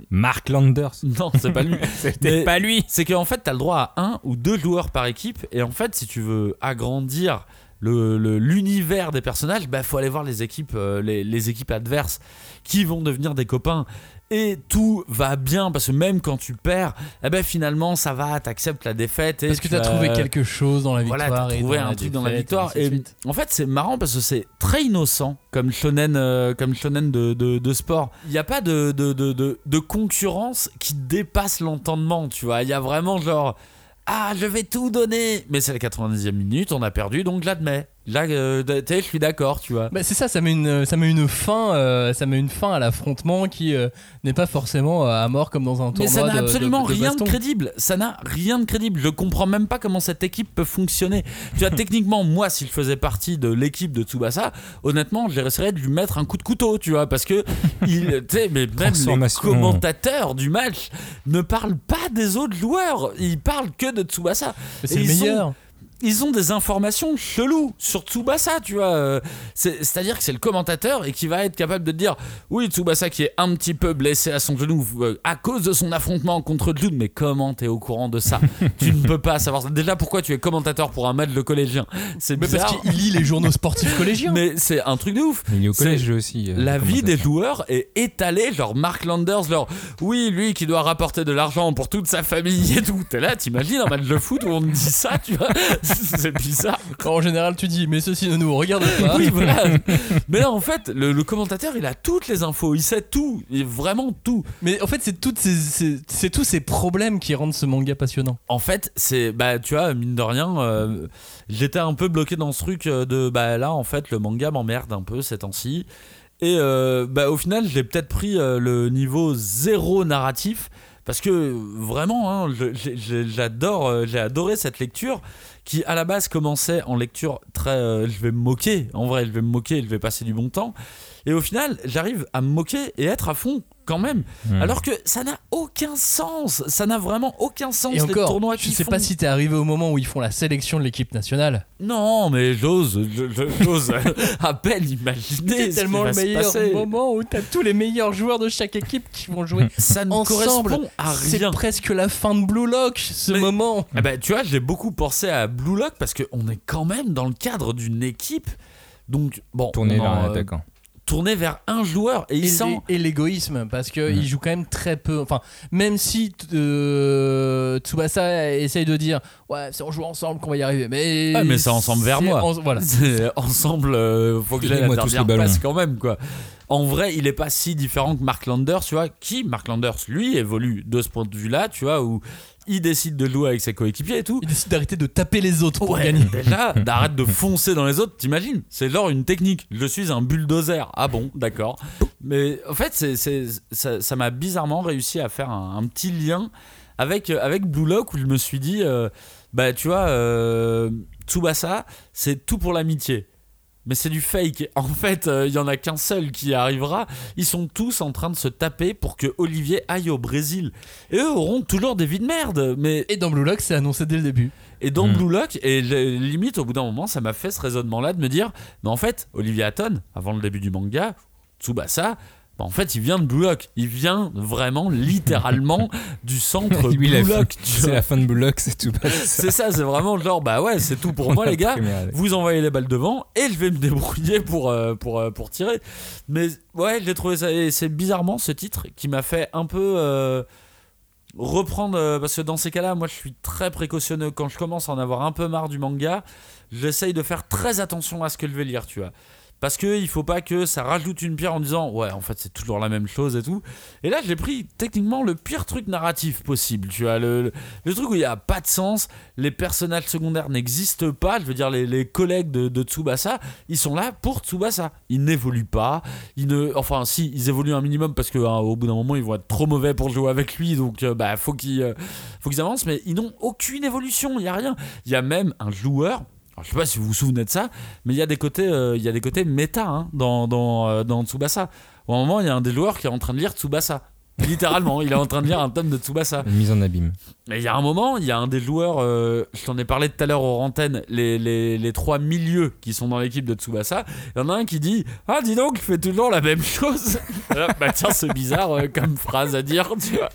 Speaker 3: Marc Landers.
Speaker 2: non, c'est pas lui. Mais-
Speaker 3: pas lui.
Speaker 2: c'est qu'en fait, tu as le droit à un ou deux joueurs par équipe. Et en fait, si tu veux agrandir le- le- l'univers des personnages, il faut aller voir les équipes, euh, les, les équipes adverses qui vont devenir des copains. Et tout va bien parce que même quand tu perds, eh ben finalement ça va, t'acceptes la défaite. Et
Speaker 1: Parce que
Speaker 2: tu
Speaker 1: t'as trouvé
Speaker 2: vas-
Speaker 1: quelque chose dans la victoire.
Speaker 2: voilà, t'as
Speaker 1: et
Speaker 2: trouvé
Speaker 1: dans
Speaker 2: un
Speaker 1: la
Speaker 2: truc dans la
Speaker 1: défaite,
Speaker 2: victoire.
Speaker 1: ainsi de
Speaker 2: Et
Speaker 1: suite.
Speaker 2: en fait, c'est marrant parce que c'est très innocent comme shonen, euh, comme shonen de, de- de sport. Il n'y a pas de, de, de- de- de concurrence qui dépasse l'entendement, tu vois. Il y a vraiment genre. Ah, je vais tout donner! Mais c'est la 90e minute, on a perdu, donc je l'admets. Là, euh, t'es- je suis d'accord, tu vois.
Speaker 1: Bah, c'est ça, ça met une, ça met une fin, euh, ça met une fin à l'affrontement qui euh, n'est pas forcément euh, à mort comme dans un tournoi.
Speaker 2: Mais ça n'a
Speaker 1: de- de-
Speaker 2: absolument
Speaker 1: de
Speaker 2: rien
Speaker 1: baston.
Speaker 2: de crédible. Ça n'a rien de crédible. Je comprends même pas comment cette équipe peut fonctionner. Tu vois, techniquement, moi, s'il faisait partie de l'équipe de Tsubasa, honnêtement, j'essaierais de lui mettre un coup de couteau, tu vois, parce que il, tu sais, mais même les
Speaker 3: Transformation.
Speaker 2: commentateurs du match ne parlent pas des autres joueurs. Ils parlent que de Tsubasa.
Speaker 1: Mais
Speaker 2: Et
Speaker 1: C'est le
Speaker 2: ils sont-
Speaker 1: meilleur.
Speaker 2: ils ont des informations cheloues sur Tsubasa, tu vois. Euh, c'est- C'est-à-dire que c'est le commentateur et qui va être capable de te dire Oui, Tsubasa qui est un petit peu blessé à son genou euh, à cause de son affrontement contre Jude, mais comment t'es au courant de ça Tu ne peux pas savoir ça. Déjà, pourquoi tu es commentateur pour un match de collégien C'est
Speaker 1: Mais parce
Speaker 2: bizarre.
Speaker 1: qu'il lit les journaux sportifs collégiens.
Speaker 2: Mais c'est un truc de ouf.
Speaker 3: Il est au
Speaker 2: C'est
Speaker 3: collège aussi. euh,
Speaker 2: La
Speaker 3: le
Speaker 2: vie des
Speaker 3: commentateur.
Speaker 2: joueurs est étalée, genre Mark Landers, leur oui, lui qui doit rapporter de l'argent pour toute sa famille et tout. T'es là, t'imagines un match de foot où on te dit ça, tu vois C'est bizarre.
Speaker 1: En général, tu dis, mais ceci ne nous regarde pas.
Speaker 2: Oui, Hein voilà. Mais là, en fait, le, le commentateur, il a toutes les infos, il sait tout, il vraiment tout.
Speaker 1: Mais en fait, c'est toutes ces, ces- c'est tous ces problèmes qui rendent ce manga passionnant.
Speaker 2: En fait, c'est bah tu vois, mine de rien, euh, j'étais un peu bloqué dans ce truc euh, de bah là, en fait, le manga m'emmerde un peu ces temps-ci. Et euh, bah au final, j'ai peut-être pris euh, le niveau zéro narratif. Parce que vraiment, hein, je- j'ai- j'ai- j'adore, euh, j'ai adoré cette lecture qui à la base commençait en lecture très, euh, je vais me moquer, en vrai, je vais me moquer, je vais passer du bon temps. Et au final, j'arrive à me moquer et être à fond quand même.
Speaker 3: Hmm.
Speaker 2: Alors que ça n'a aucun sens, ça n'a vraiment aucun sens
Speaker 1: Et
Speaker 2: les
Speaker 1: encore,
Speaker 2: tournois
Speaker 1: je
Speaker 2: qu'ils
Speaker 1: sais
Speaker 2: font.
Speaker 1: pas si t'es arrivé au moment où ils font la sélection de l'équipe nationale.
Speaker 2: Non, mais j'ose, je- je- j'ose à peine imaginer.
Speaker 1: C'est
Speaker 2: ce
Speaker 1: tellement
Speaker 2: qui
Speaker 1: le
Speaker 2: va se
Speaker 1: meilleur
Speaker 2: passer.
Speaker 1: moment où t'as tous les meilleurs joueurs de chaque équipe qui vont jouer
Speaker 2: Ça ne
Speaker 1: ensemble.
Speaker 2: correspond à
Speaker 1: C'est
Speaker 2: Ah, rien.
Speaker 1: presque la fin de Blue Lock, ce
Speaker 2: Mais-
Speaker 1: moment.
Speaker 2: Eh ben, tu vois, j'ai beaucoup pensé à Blue Lock parce qu'on est quand même dans le cadre d'une équipe. Donc, bon,
Speaker 3: Tourner
Speaker 2: on
Speaker 3: vers
Speaker 2: en,
Speaker 3: un
Speaker 2: euh,
Speaker 3: attaquant.
Speaker 2: tourné vers un joueur et
Speaker 1: et,
Speaker 2: il sent. Mm.
Speaker 1: et- et l'égoïsme parce que
Speaker 3: Ouais.
Speaker 1: il joue quand même très peu enfin même si t- euh, Tsubasa essaye de dire ouais c'est en jouant ensemble qu'on va y arriver mais
Speaker 2: Ah, mais c'est ensemble vers moi.
Speaker 1: en- voilà
Speaker 2: C'est Ensemble, euh, faut que j'aille la
Speaker 3: Donnez-moi tous
Speaker 2: dernière
Speaker 3: les ballons.
Speaker 2: passe quand même, quoi. En vrai, il est pas si différent que Mark Landers, tu vois, qui, Mark Landers, lui, évolue de ce point de vue-là, tu vois, où il décide de jouer avec ses coéquipiers et tout.
Speaker 1: il décide d'arrêter de taper les autres pour
Speaker 2: Ouais,
Speaker 1: gagner
Speaker 2: Déjà, d'arrête de foncer dans les autres, t'imagines C'est genre une technique. Je suis un bulldozer. Ah bon, d'accord. Mais en fait, c'est, c'est- ça, ça m'a bizarrement réussi à faire un, un petit lien avec, euh, avec Blue Lock où je me suis dit, euh, bah tu vois, euh, Tsubasa, c'est tout pour l'amitié. Mais c'est du fake. En fait, euh, il y en a qu'un seul qui y arrivera. Ils sont tous en train de se taper pour que Olivier aille au Brésil. Et eux auront toujours des vies de merde. Mais
Speaker 1: et dans Blue Lock c'est annoncé dès le début
Speaker 2: et dans
Speaker 3: Hmm.
Speaker 2: Blue Lock, et le- limite au bout d'un moment, ça m'a fait ce raisonnement-là de me dire, mais en fait, Olivier Hatton, avant le début du manga, Tsubasa, bah, en fait, il vient de Blue Lock. Il vient vraiment, littéralement, du centre
Speaker 3: Lui, il a
Speaker 2: Blue
Speaker 3: fait-
Speaker 2: Lock. tu
Speaker 3: C'est
Speaker 2: vois.
Speaker 3: la fin de Bullock, c'est tout. bas.
Speaker 2: C'est ça, c'est vraiment genre, bah ouais, c'est tout pour moi, les gars. Vous envoyez les balles devant et je vais me débrouiller pour, euh, pour, euh, pour tirer. Mais ouais, j'ai trouvé ça. Et c'est bizarrement ce titre qui m'a fait un peu euh, reprendre. euh, parce que dans ces cas-là, moi je suis très précautionneux. Quand je commence à en avoir un peu marre du manga, j'essaye de faire très attention à ce que je vais lire, tu vois. Parce que il faut pas que ça rajoute une pierre en disant ouais en fait c'est toujours la même chose et tout. Et là j'ai pris techniquement le pire truc narratif possible, tu vois le, le- le truc où il y a pas de sens, les personnages secondaires n'existent pas, je veux dire les, les collègues de, de Tsubasa, ils sont là pour Tsubasa, ils n'évoluent pas, ils ne enfin si ils évoluent un minimum parce que hein, au bout d'un moment ils vont être trop mauvais pour jouer avec lui donc euh, bah faut qu'ils euh, faut qu'ils avancent mais ils n'ont aucune évolution, il y a rien. Il y a même un joueur alors, je sais pas si vous vous souvenez de ça, mais il y a des côtés, euh, il y a des côtés méta hein, dans, dans, euh, dans Tsubasa. Au moment, il y a un des joueurs qui est en train de lire Tsubasa. Littéralement, il est en train de lire un tome de Tsubasa.
Speaker 3: Une mise en abîme.
Speaker 2: Mais il y a un moment, il y a un des joueurs, euh, je t'en ai parlé tout à l'heure aux antennes, les, les, les trois milieux qui sont dans l'équipe de Tsubasa, il y en a un qui dit Ah, dis donc, je fais toujours la même chose. Voilà, bah tiens, c'est bizarre euh, comme phrase à dire, tu vois.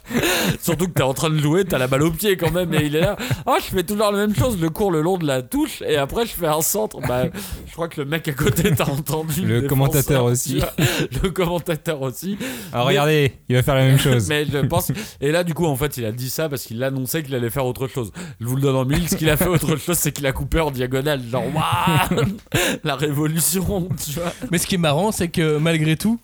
Speaker 2: Surtout que t'es en train de jouer, t'as la balle au pied quand même, et il est là Ah, je fais toujours la même chose, je cours le long de la touche, et après je fais un centre. Bah, je crois que le mec à côté t'a entendu.
Speaker 3: Le
Speaker 2: défenseur,
Speaker 3: commentateur aussi.
Speaker 2: tu vois. Le commentateur aussi.
Speaker 3: Alors
Speaker 2: Mais-
Speaker 3: regardez, il va faire la même chose.
Speaker 2: Mais je pense. Et là, du coup, en fait, il a dit ça parce qu'il annonçait qu'il allait faire autre chose. Je vous le donne en mille. Ce qu'il a fait autre chose, c'est qu'il a coupé en diagonale. Genre, waouh La révolution, tu vois.
Speaker 1: mais ce qui est marrant c'est que malgré tout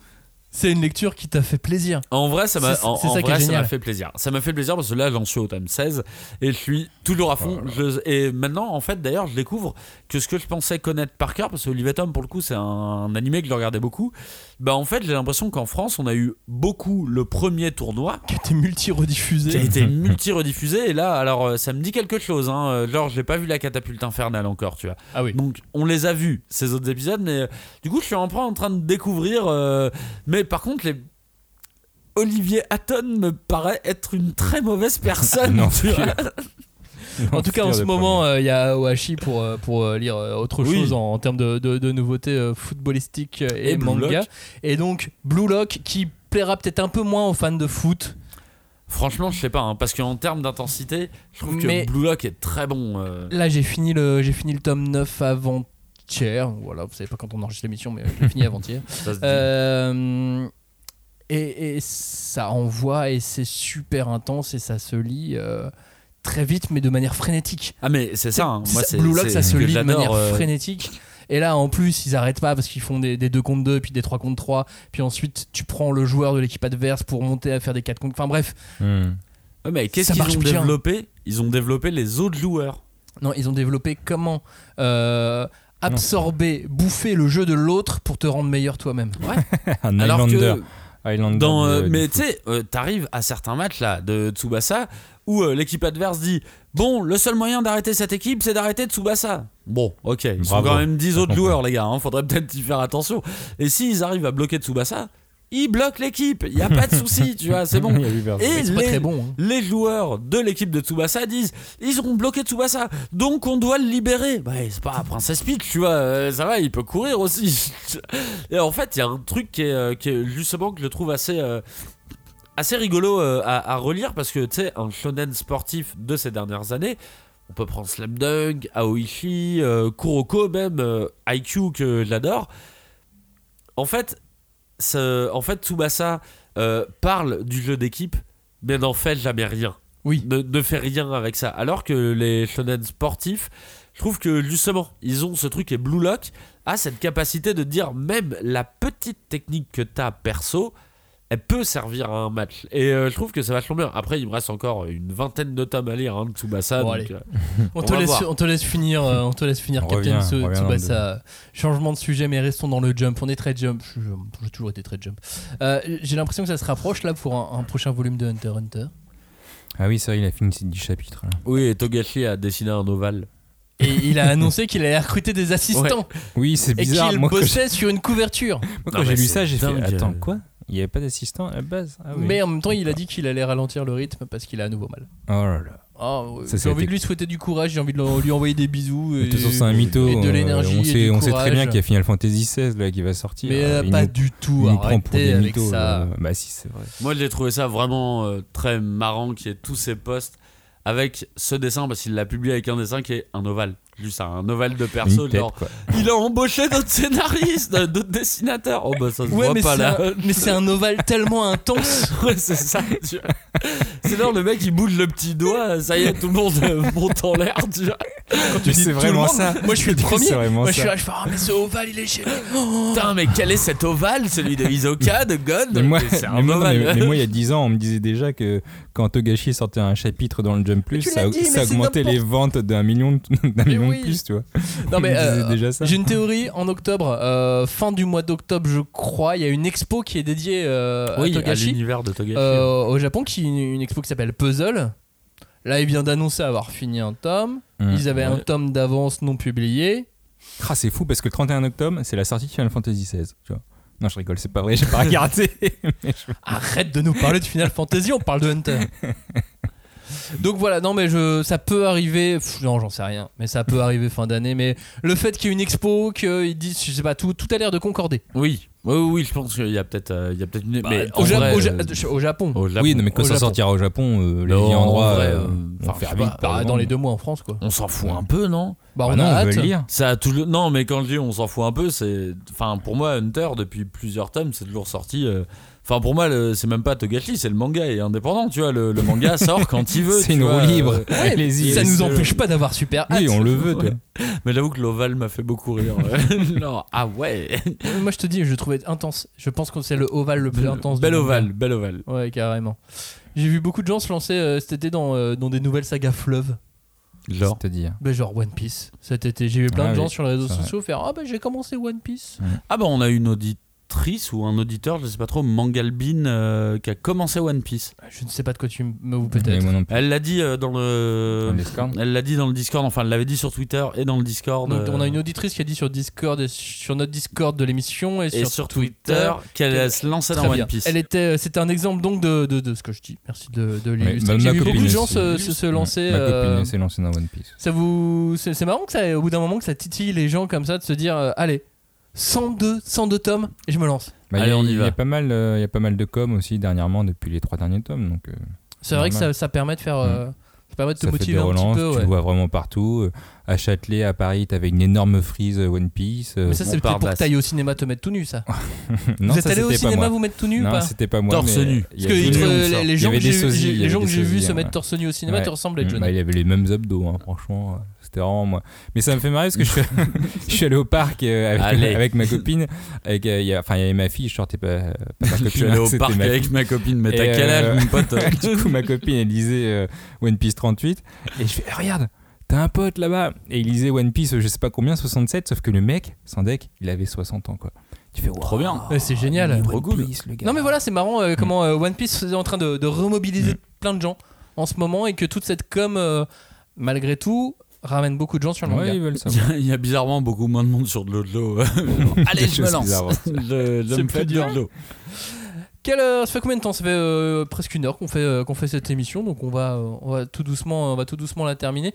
Speaker 1: C'est une lecture qui t'a fait plaisir.
Speaker 2: En vrai, ça m'a
Speaker 1: C'est-
Speaker 2: en,
Speaker 1: c'est
Speaker 2: en
Speaker 1: ça qui est
Speaker 2: vrai, ça
Speaker 1: génial.
Speaker 2: m'a fait plaisir. Ça m'a fait plaisir parce que là, j'en suis au tome 16 et je suis toujours à fond. Je- et maintenant, en fait, d'ailleurs, je découvre que ce que je pensais connaître par cœur, parce que Olivet Tom, pour le coup, c'est un, animé que je regardais beaucoup. Bah, en fait, j'ai l'impression qu'en France, on a eu beaucoup le premier tournoi
Speaker 1: Qui a été multi-rediffusé.
Speaker 2: qui a été multi-rediffusé. Et là, alors, euh, ça me dit quelque chose. Hein. Euh, Genre, j'ai pas vu la catapulte infernale encore, tu vois.
Speaker 1: Ah oui.
Speaker 2: Donc on les a vus ces autres épisodes, mais euh, du coup je suis en train, en train de découvrir. euh, mais par contre les Olivier Hatton me paraît être une très mauvaise personne.
Speaker 3: Non,
Speaker 2: tu vois.
Speaker 1: En tout cas, en ce moment, euh, il y a Oashi pour, euh, pour euh, lire euh, autre
Speaker 2: Oui.
Speaker 1: chose en, en termes de, de- de nouveautés euh, footballistiques euh, et,
Speaker 2: Et Blue
Speaker 1: manga.
Speaker 2: Lock.
Speaker 1: Et donc, Blue Lock qui plaira peut-être un peu moins aux fans de foot.
Speaker 2: Franchement, je sais pas, hein, parce qu'en termes d'intensité, je trouve
Speaker 1: Mais-
Speaker 2: que Blue Lock est très bon. euh.
Speaker 1: Là, j'ai fini, le- j'ai fini le tome 9 avant-hier. Voilà, vous savez pas quand on enregistre l'émission, mais j'ai fini avant-hier.
Speaker 2: Ça se dit.
Speaker 1: Euh, et, et ça envoie et c'est super intense et ça se lit euh, très vite, mais de manière frénétique.
Speaker 2: ah mais c'est ça. hein. Moi, c'est
Speaker 1: Blue Lock,
Speaker 2: c'est
Speaker 1: ça
Speaker 2: ce
Speaker 1: se
Speaker 2: que
Speaker 1: lit de
Speaker 2: j'adore,
Speaker 1: manière
Speaker 2: euh,
Speaker 1: frénétique. Et là, en plus, ils arrêtent pas parce qu'ils font des, des 2 contre 2, puis des 3 contre 3, puis ensuite tu prends le joueur de l'équipe adverse pour monter à faire des 4 contre. Enfin bref,
Speaker 3: Hmm.
Speaker 2: ouais, mais qu'est-ce
Speaker 1: ça
Speaker 2: qu'ils
Speaker 1: marche
Speaker 2: ont
Speaker 1: bien.
Speaker 2: développé Ils ont développé les autres joueurs.
Speaker 1: non, ils ont développé comment euh, absorber, bouffer le jeu de l'autre pour te rendre meilleur toi-même.
Speaker 3: Un
Speaker 2: Alors que
Speaker 3: Highlander. Highlander
Speaker 2: Dans,
Speaker 3: de-
Speaker 2: euh,
Speaker 3: du
Speaker 2: mais
Speaker 3: foot.
Speaker 2: tu sais, euh, t'arrives à certains matchs là de Tsubasa où euh, l'équipe adverse dit Bon, le seul moyen d'arrêter cette équipe, c'est d'arrêter Tsubasa. Bon, ok, ils sont
Speaker 3: Bravo.
Speaker 2: quand même 10 autres
Speaker 3: comprend.
Speaker 2: joueurs, les gars, hein, faudrait peut-être y faire attention. Et s'ils arrivent à bloquer Tsubasa, ils bloquent l'équipe, il a pas de souci, tu vois, c'est bon.
Speaker 3: Il y a eu personne.
Speaker 2: Et
Speaker 1: C'est pas
Speaker 2: les-
Speaker 1: très bon. hein.
Speaker 2: les joueurs de l'équipe de Tsubasa disent ils auront bloqué Tsubasa donc on doit le libérer bah c'est pas Princess Peach tu vois euh, ça va il peut courir aussi et en fait il y a un truc qui est, euh, qui est justement que je trouve assez euh, assez rigolo euh, à, à relire parce que tu sais un shonen sportif de ces dernières années on peut prendre Slam Dunk, Aoishi, euh, Kuroko même, euh, IQ que j'adore. En fait, ce- en fait Tsubasa euh, parle du jeu d'équipe, mais n'en fait jamais rien.
Speaker 1: Oui.
Speaker 2: Ne, ne fait rien avec ça. Alors que les shonen sportifs, je trouve que justement, ils ont ce truc et Blue Lock a cette capacité de dire même la petite technique que t'as perso, elle peut servir à un match. Et euh, je trouve que ça va vachement bien. Après, il me reste encore une vingtaine de tomes à lire hein, de Tsubasa.
Speaker 1: Bon,
Speaker 2: donc,
Speaker 1: allez.
Speaker 2: euh,
Speaker 1: On,
Speaker 2: On
Speaker 1: te
Speaker 2: va
Speaker 1: laisse,
Speaker 2: voir.
Speaker 1: on te laisse finir, euh, on te laisse finir,
Speaker 3: On
Speaker 1: Captain
Speaker 3: revient,
Speaker 1: Tsu-
Speaker 3: on revient dans
Speaker 1: Tsubasa. Changement de sujet, mais restons dans le jump. On est très jump. Je suis jump. J'ai toujours été très jump. Euh, J'ai l'impression que ça se rapproche là pour un, un prochain volume de Hunter x Hunter.
Speaker 3: Ah oui, c'est vrai, il a fini ses 10 chapitres. là.
Speaker 2: Oui, et Togashi a dessiné un ovale.
Speaker 1: Et il a annoncé qu'il allait recruter des assistants
Speaker 3: Oui, c'est
Speaker 1: et
Speaker 3: bizarre.
Speaker 1: qu'il
Speaker 3: Moi, quand j'ai-
Speaker 1: bossait sur une couverture.
Speaker 3: moi,
Speaker 2: Non,
Speaker 3: quand j'ai
Speaker 2: mais
Speaker 3: lu
Speaker 2: c'est
Speaker 3: ça, j'ai fait
Speaker 2: dingue.
Speaker 3: Attends, quoi Il n'y avait pas d'assistant à la base Ah oui.
Speaker 1: Mais en même temps, il a dit qu'il allait ralentir le rythme parce qu'il a à nouveau mal.
Speaker 3: Oh là là.
Speaker 1: Oh,
Speaker 3: Ça,
Speaker 1: j'ai
Speaker 3: c'est
Speaker 1: envie
Speaker 3: la
Speaker 1: de lui souhaiter du courage, j'ai envie de lui envoyer des bisous.
Speaker 3: De
Speaker 1: Et...
Speaker 3: toute façon, c'est un mytho.
Speaker 1: et de
Speaker 3: euh,
Speaker 1: l'énergie
Speaker 3: On
Speaker 1: et
Speaker 3: sait,
Speaker 1: du
Speaker 3: on sait très bien
Speaker 1: courage.
Speaker 3: qu'il y a Final Fantasy XVI là, qui va sortir.
Speaker 1: Mais euh,
Speaker 3: Il
Speaker 1: pas
Speaker 3: nous-
Speaker 1: du
Speaker 3: il
Speaker 1: tout.
Speaker 3: nous prend pour
Speaker 1: Arrêtez
Speaker 3: des
Speaker 1: avec
Speaker 3: mythos.
Speaker 1: ça.
Speaker 3: là. Bah si, c'est vrai.
Speaker 2: Moi, j'ai trouvé ça vraiment euh, très marrant qu'il y ait tous ces postes avec ce dessin, parce qu'il l'a publié avec un dessin qui est un ovale. Juste un ovale de perso.
Speaker 3: Une tête,
Speaker 2: genre,
Speaker 3: quoi.
Speaker 2: il a embauché d'autres scénaristes, euh, d'autres dessinateurs. Oh, bah ça se
Speaker 1: Ouais,
Speaker 2: voit
Speaker 1: mais
Speaker 2: pas
Speaker 1: c'est
Speaker 2: là.
Speaker 1: un- mais c'est un ovale tellement intense.
Speaker 2: Ouais, c'est ça. tu vois. C'est genre le mec il bouge le petit doigt, ça y est, tout le monde euh, monte en l'air. Tu vois.
Speaker 3: Mais c'est
Speaker 1: tout le
Speaker 3: vraiment
Speaker 1: monde.
Speaker 3: ça.
Speaker 1: Moi, je suis le
Speaker 3: C'est
Speaker 1: premier.
Speaker 3: vraiment
Speaker 1: Moi, je
Speaker 3: ça.
Speaker 1: suis là, je fais, ah, mais ce ovale, il est chez
Speaker 2: Putain, mais quel est cet ovale Celui de Isoka, de God
Speaker 3: Mais moi,
Speaker 2: C'est
Speaker 3: mais
Speaker 2: un
Speaker 3: moi, non, mais-
Speaker 2: ovale.
Speaker 3: mais moi, il y a 10 ans, on me disait déjà que quand Togashi sortait un chapitre dans le Jump Plus,
Speaker 1: tu
Speaker 3: ça,
Speaker 1: l'as dit, mais
Speaker 3: ça
Speaker 1: c'est
Speaker 3: augmentait les ventes d'un million, de- d'un
Speaker 1: Mais
Speaker 3: million
Speaker 1: oui.
Speaker 3: de plus, tu vois.
Speaker 1: Non,
Speaker 3: On
Speaker 1: mais
Speaker 3: me disait
Speaker 1: euh,
Speaker 3: déjà ça.
Speaker 1: j'ai une théorie en octobre, euh, fin du mois d'octobre, je crois. Il y a une expo qui est dédiée euh,
Speaker 2: oui,
Speaker 1: à
Speaker 2: à
Speaker 1: Togashi
Speaker 2: l'univers de Ah, Togashi.
Speaker 1: euh, au Japon, qui est une, une expo qui s'appelle Puzzle. Là, il vient d'annoncer avoir fini un tome.
Speaker 3: Hum.
Speaker 1: Ils avaient un
Speaker 2: Ouais.
Speaker 1: tome d'avance non publié.
Speaker 3: Ah, c'est fou parce que le 31 octobre, c'est la sortie de Final Fantasy XVI. Tu vois. Non, je rigole, c'est pas vrai, j'ai pas regardé.
Speaker 1: Arrête de nous parler de Final Fantasy, on parle de Hunter. Donc voilà, non mais je, ça peut arriver, pff, non j'en sais rien, mais ça peut arriver fin d'année. Mais le fait qu'il y ait une expo, qu'ils disent, je sais pas, tout, tout a l'air de concorder.
Speaker 2: Oui. oui, oui, oui, je pense qu'il y a peut-être euh, il y a peut-être
Speaker 3: Bah,
Speaker 2: une. mais en
Speaker 1: au, Ja-
Speaker 2: vrai,
Speaker 1: au Ja-
Speaker 2: euh,
Speaker 1: au Japon.
Speaker 2: au Japon,
Speaker 3: oui, non, mais quand
Speaker 1: Au
Speaker 3: ça
Speaker 1: Japon.
Speaker 3: sortira au Japon, euh, les
Speaker 2: Non,
Speaker 3: vieils
Speaker 2: en
Speaker 3: endroits
Speaker 2: vrai,
Speaker 3: euh,
Speaker 2: euh,
Speaker 3: vont
Speaker 2: enfin, je
Speaker 3: faire
Speaker 2: sais
Speaker 3: vite.
Speaker 2: pas,
Speaker 3: par
Speaker 1: Bah, dans
Speaker 3: exemple.
Speaker 1: les deux mois en France quoi.
Speaker 2: on s'en fout un peu, non
Speaker 1: Bah,
Speaker 3: Bah
Speaker 1: on
Speaker 3: non,
Speaker 1: a
Speaker 3: on
Speaker 1: hâte.
Speaker 3: veut le lire.
Speaker 2: Ça a tout le- Non, mais quand je dis on s'en fout un peu, c'est. Enfin, pour moi, Hunter, depuis plusieurs tomes, c'est toujours sorti. euh, Enfin, pour moi, le- c'est même pas Togashi, c'est le manga est indépendant, tu vois. Le, le manga sort quand il veut.
Speaker 3: C'est
Speaker 2: tu
Speaker 3: une
Speaker 2: vois,
Speaker 3: roue libre.
Speaker 2: euh,
Speaker 1: Ouais,
Speaker 3: Allez-y,
Speaker 1: ça nous
Speaker 3: laissez-le.
Speaker 1: empêche pas d'avoir super hâte.
Speaker 3: Oui, on le veut. toi.
Speaker 2: Ouais. Mais j'avoue que l'Oval m'a fait beaucoup rire. non, ah ouais.
Speaker 1: Moi, je te dis, je le trouvais intense. Je pense que c'est le ovale le plus intense.
Speaker 2: Bel
Speaker 1: du monde.
Speaker 2: Oval, bel Oval.
Speaker 1: Ouais, carrément. J'ai vu beaucoup de gens se lancer euh, cet été dans, euh, dans des nouvelles sagas fleuves.
Speaker 2: Genre.
Speaker 3: C'est-à-dire.
Speaker 1: Bah, genre One Piece. Cet été, j'ai vu plein
Speaker 3: Ah
Speaker 1: de gens
Speaker 3: oui,
Speaker 1: sur les réseaux
Speaker 3: c'est vrai.
Speaker 1: sociaux faire Ah, bah, j'ai commencé One Piece.
Speaker 2: Ah bah, on a une auditrice ou un auditeur, je sais pas trop, Mangalbin, euh, qui a commencé One Piece.
Speaker 1: Bah, Je ne sais pas de quoi tu me ou
Speaker 3: Mais
Speaker 1: peut-être.
Speaker 3: moi non plus.
Speaker 2: Elle l'a dit euh, dans le.
Speaker 3: Dans le Discord.
Speaker 2: Elle l'a dit dans le Discord, enfin, elle l'avait dit sur Twitter et dans le Discord.
Speaker 1: Donc,
Speaker 2: euh,
Speaker 1: on a une auditrice qui a dit sur Discord, et sur notre Discord de l'émission et,
Speaker 2: et sur, Twitter
Speaker 1: qu'elle-
Speaker 2: qu'elle se lançait
Speaker 1: Très
Speaker 2: dans One
Speaker 1: bien.
Speaker 2: Piece.
Speaker 1: Elle était, euh, c'était un exemple donc de, de, de ce que je dis. Merci de, de l'illustrer.
Speaker 3: bah, ma
Speaker 1: J'ai vu beaucoup de
Speaker 3: copine
Speaker 1: gens
Speaker 3: aussi.
Speaker 1: se, se, se
Speaker 3: Ouais,
Speaker 1: lancer.
Speaker 3: Ma
Speaker 1: euh,
Speaker 3: copine s'est lancée dans One Piece.
Speaker 1: ça vous, c'est, c'est marrant que ça, au bout d'un moment, que ça titille les gens comme ça de se dire, euh, allez, 102, 102 tomes et je me lance.
Speaker 3: Bah, il y a-
Speaker 2: Allez, on y
Speaker 3: il y,
Speaker 2: va.
Speaker 3: a pas mal, euh, il y a pas mal de com aussi dernièrement depuis les trois derniers tomes, donc euh,
Speaker 1: C'est vrai que
Speaker 3: Normal. Mm.
Speaker 1: ça, ça permet de faire, euh, ça permet de te
Speaker 3: ça fait des
Speaker 1: motiver un petit
Speaker 3: relances.
Speaker 1: peu.
Speaker 3: tu
Speaker 1: ouais.
Speaker 3: le vois vraiment partout. Euh, À Châtelet, à Paris, t'avais une énorme frise euh, One Piece. euh,
Speaker 1: Mais ça,
Speaker 2: Bon,
Speaker 1: c'est peut-être
Speaker 2: par
Speaker 1: pour que
Speaker 2: basse.
Speaker 1: t'ailles au cinéma te mettre tout nu, ça.
Speaker 3: Ah non,
Speaker 1: vous êtes
Speaker 3: ça,
Speaker 1: allé au
Speaker 3: c'était pas
Speaker 1: cinéma
Speaker 3: moi.
Speaker 1: vous mettre tout nu ou
Speaker 3: Non,
Speaker 1: pas
Speaker 3: c'était pas moi.
Speaker 2: Torse
Speaker 3: mais,
Speaker 2: nu.
Speaker 3: euh, il
Speaker 1: Parce
Speaker 3: y
Speaker 1: que
Speaker 3: avait
Speaker 1: entre
Speaker 2: nu,
Speaker 3: des-
Speaker 2: on
Speaker 1: les,
Speaker 2: sort.
Speaker 1: les
Speaker 3: Il y
Speaker 1: gens
Speaker 3: avait
Speaker 1: que
Speaker 3: des
Speaker 1: j'ai vus-
Speaker 3: sosies,
Speaker 1: j'ai-
Speaker 3: il y
Speaker 1: les
Speaker 3: avait
Speaker 1: gens que
Speaker 3: des
Speaker 1: j'ai vus
Speaker 3: sosies,
Speaker 1: se
Speaker 3: hein,
Speaker 1: mettre
Speaker 3: ouais.
Speaker 1: torse nu au cinéma,
Speaker 3: Ouais.
Speaker 1: tu ressembles avec
Speaker 3: Mm, bah,
Speaker 1: Johnny.
Speaker 3: il avait les mêmes abdos, hein, franchement, euh, c'était vraiment moi. Mais ça me fait marrer parce que je suis, je suis allé au parc euh, avec,
Speaker 2: Allez.
Speaker 3: avec ma copine. Avec, euh, il y a- enfin, il y avait ma fille, je sortais pas, euh, pas ma
Speaker 2: Je
Speaker 3: copine. hein,
Speaker 2: suis allé au
Speaker 3: c'était
Speaker 2: parc
Speaker 3: ma
Speaker 2: avec
Speaker 3: fille.
Speaker 2: ma copine, mais
Speaker 3: Et
Speaker 2: t'as quel
Speaker 3: euh,
Speaker 2: âge, mon pote
Speaker 3: du coup, ma copine, elle lisait euh, One Piece 38. Et je fais, Ah, regarde, t'as un pote là-bas. Et il lisait One Piece, euh, je sais pas combien, 67. Sauf que le mec, sans deck, il avait 60 ans, quoi. Tu fais,
Speaker 2: Trop bien.
Speaker 1: Ouais, c'est génial.
Speaker 2: Trop cool.
Speaker 1: Non mais voilà, c'est marrant
Speaker 3: Mm.
Speaker 1: euh, comment euh, One Piece est en train de, de remobiliser plein de gens en ce moment et que toute cette com, euh, malgré tout, ramène beaucoup de gens sur Ah, le manga.
Speaker 3: Ouais, ils veulent ça.
Speaker 2: Il y, a, il y a bizarrement beaucoup moins de monde sur de l'eau de l'eau. Allez,
Speaker 3: Quelque
Speaker 2: je me
Speaker 3: chose
Speaker 2: lance.
Speaker 3: bizarre.
Speaker 2: Je, je
Speaker 1: C'est
Speaker 2: me
Speaker 1: plus
Speaker 2: fais de
Speaker 1: dur.
Speaker 2: l'eau.
Speaker 1: Quelle heure Ça fait combien de temps Ça fait euh, presque une heure qu'on fait, euh, qu'on fait cette émission, donc on va, euh, on va tout doucement, on va tout doucement la terminer.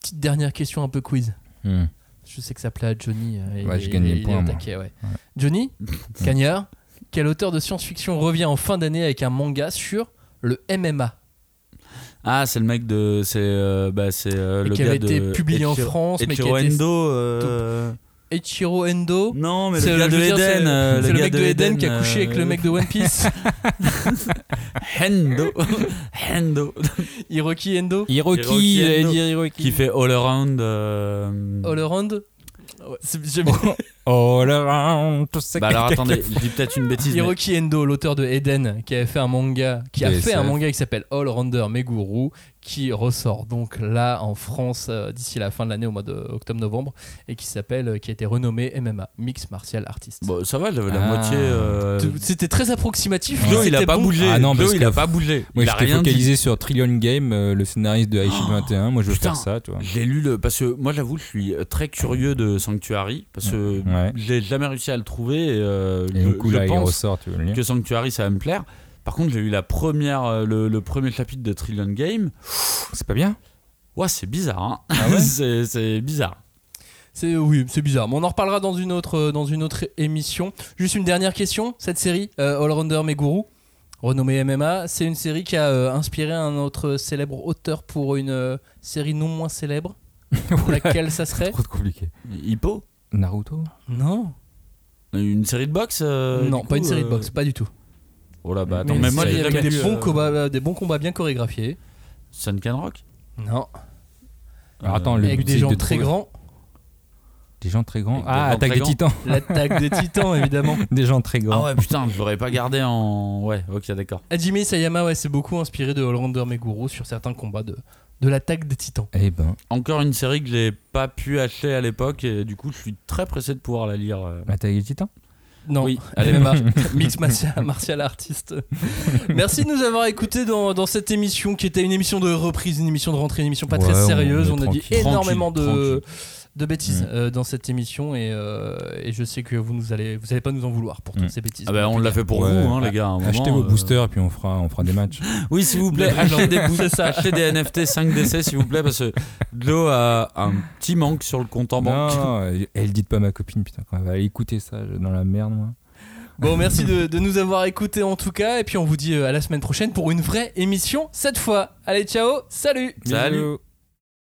Speaker 1: Petite dernière question un peu quiz.
Speaker 3: Hmm.
Speaker 1: Je sais que ça plaît à Johnny. euh, il
Speaker 3: Ouais, je
Speaker 1: est-
Speaker 3: gagne
Speaker 1: il
Speaker 3: les
Speaker 1: est
Speaker 3: points,
Speaker 1: au
Speaker 3: moi.
Speaker 1: taquet, ouais. Johnny, Cagnard, quel auteur de science-fiction revient en fin d'année avec un manga sur le MMA
Speaker 2: Ah, c'est le mec de. C'est euh, bah, c'est, euh,
Speaker 1: et
Speaker 2: le
Speaker 1: qui
Speaker 2: gars
Speaker 1: avait été
Speaker 2: de-
Speaker 1: publié en
Speaker 2: Eiichiro-
Speaker 1: France, mais qui
Speaker 2: Eiichiro
Speaker 1: a été
Speaker 2: Endo, euh,
Speaker 1: Ichiro Endo.
Speaker 2: Non, mais
Speaker 1: C'est
Speaker 2: le gars
Speaker 1: je
Speaker 2: de
Speaker 1: veux dire, c'est-
Speaker 2: Eden. euh,
Speaker 1: C'est le,
Speaker 2: gars
Speaker 1: mec de Eden qui a
Speaker 2: euh,
Speaker 1: couché avec le mec de One Piece,
Speaker 2: Endo. Endo.
Speaker 1: Hiroki Endo,
Speaker 3: Hiroki, il allait
Speaker 2: Endo.
Speaker 3: dire Hiroki.
Speaker 2: Qui fait All Around. euh,
Speaker 1: All Around. Ouais, c'est- j'aime-
Speaker 3: All around, oh tout ça.
Speaker 2: Bah alors attendez, je dis peut-être une bêtise. mais-
Speaker 1: Hiroki Endo, l'auteur de Eden, qui avait fait un manga, qui a
Speaker 3: DSF.
Speaker 1: fait un manga qui s'appelle All Rounder Meguru, qui ressort donc là en France euh, d'ici la fin de l'année au mois d'octobre-novembre, et qui s'appelle, euh, qui a été renommé MMA, Mix Martial Artist.
Speaker 2: Bon, Bah, ça va, j'avais
Speaker 3: Ah.
Speaker 2: la moitié. euh,
Speaker 1: C'était très approximatif. mais
Speaker 2: Flo, il a
Speaker 1: c'était
Speaker 2: pas
Speaker 1: bon.
Speaker 2: bougé.
Speaker 3: Ah non,
Speaker 2: Flo,
Speaker 3: parce
Speaker 2: il
Speaker 3: que-
Speaker 2: a pas bougé.
Speaker 3: Moi,
Speaker 2: il a
Speaker 3: j'étais
Speaker 2: rien dit. Oh,
Speaker 3: focalisé sur Trillion Game, euh, le scénariste de Aichi 21. Moi, je veux
Speaker 2: putain.
Speaker 3: faire ça, toi.
Speaker 2: Je l'ai lu le parce que moi j'avoue je suis très curieux de Sanctuary parce que
Speaker 3: Ouais.
Speaker 2: j'ai jamais réussi à le trouver et, euh,
Speaker 3: Et
Speaker 2: je,
Speaker 3: du coup,
Speaker 2: je
Speaker 3: là, il
Speaker 2: pense
Speaker 3: ressort, tu veux le lire.
Speaker 2: que Sanctuary ça va me plaire. Par contre j'ai lu la première euh, le, le premier chapitre de Trillion Game.
Speaker 3: C'est pas bien
Speaker 2: Ouais c'est bizarre. Hein.
Speaker 3: Ah ouais
Speaker 2: c'est c'est bizarre.
Speaker 1: C'est oui, c'est bizarre. Mais on en reparlera dans une autre euh, dans une autre émission. Juste une dernière question. Cette série euh, Allrounder Meguru, renommée MMA, c'est une série qui a euh, inspiré un autre célèbre auteur pour une euh, série non moins célèbre. laquelle ça serait
Speaker 3: Trop compliqué.
Speaker 2: Hippo Euh,
Speaker 3: Naruto
Speaker 1: Non.
Speaker 2: une série de boxe euh,
Speaker 1: non, pas
Speaker 2: du coup,
Speaker 1: une série de
Speaker 2: euh,
Speaker 1: boxe, pas du tout.
Speaker 2: Oh là bah attends
Speaker 1: Mais
Speaker 2: mais,
Speaker 1: une
Speaker 2: moi
Speaker 1: série
Speaker 2: j'ai
Speaker 1: avec
Speaker 2: jamais
Speaker 1: des
Speaker 2: lu,
Speaker 1: bons
Speaker 2: euh,
Speaker 1: combats, des bons combats bien chorégraphiés.
Speaker 2: Sunken Rock.
Speaker 1: Non.
Speaker 2: Oh,
Speaker 3: Alors attends, le
Speaker 1: Avec
Speaker 3: but
Speaker 1: des
Speaker 3: c'est
Speaker 1: gens
Speaker 3: de
Speaker 1: très
Speaker 3: trouver-
Speaker 1: grands.
Speaker 3: Des gens très
Speaker 2: Avec
Speaker 3: grands.
Speaker 2: des
Speaker 3: Ah,
Speaker 2: gens
Speaker 3: attaque
Speaker 2: très
Speaker 3: des titans.
Speaker 1: L'attaque des Titans, évidemment.
Speaker 3: Des gens très
Speaker 2: Ah
Speaker 3: grands.
Speaker 2: ouais putain je l'aurais pas gardé en ouais ok d'accord.
Speaker 1: Hajime Sayama, ouais, c'est beaucoup inspiré de Allrounder Meguru sur certains combats de de l'attaque des Titans.
Speaker 2: Ah
Speaker 3: Eh ben,
Speaker 2: Encore une série que j'ai pas pu acheter à l'époque et du coup je suis très pressé de pouvoir la lire. euh.
Speaker 3: attaque des titans.
Speaker 1: Non,
Speaker 2: Oui, allez.
Speaker 1: MMA, mix martial, martial artiste. Merci de nous avoir écoutés dans, dans cette émission qui était une émission de reprise, une émission de rentrée, une émission pas très
Speaker 3: Ouais, on
Speaker 1: sérieuse.
Speaker 3: est
Speaker 1: On, a dit
Speaker 3: tranquille.
Speaker 1: énormément de,
Speaker 2: Tranquille,
Speaker 1: de bêtises
Speaker 3: Mm.
Speaker 1: euh, dans cette émission et, euh, et je sais que vous nous allez, vous allez pas nous en vouloir pour toutes
Speaker 3: Mm.
Speaker 1: ces bêtises.
Speaker 2: Ah bah, on l'a fait pour
Speaker 3: Ouais.
Speaker 2: vous hein, les gars. à un moment,
Speaker 3: Achetez vos
Speaker 2: euh.
Speaker 3: boosters, puis on fera, on fera des matchs.
Speaker 2: Oui s'il vous plaît, achetez des boosters, achetez des NFT 5DC s'il vous plaît parce que Glo a un petit manque sur le compte en banque.
Speaker 3: Non, elle- elle dit pas à ma copine, putain, quand elle va aller écouter ça je- dans la merde, moi.
Speaker 1: Bon, merci de, de nous avoir écoutés en tout cas et puis on vous dit euh, à la semaine prochaine pour une vraie émission cette fois. Allez, ciao, salut.
Speaker 2: Salut.
Speaker 3: Bisous.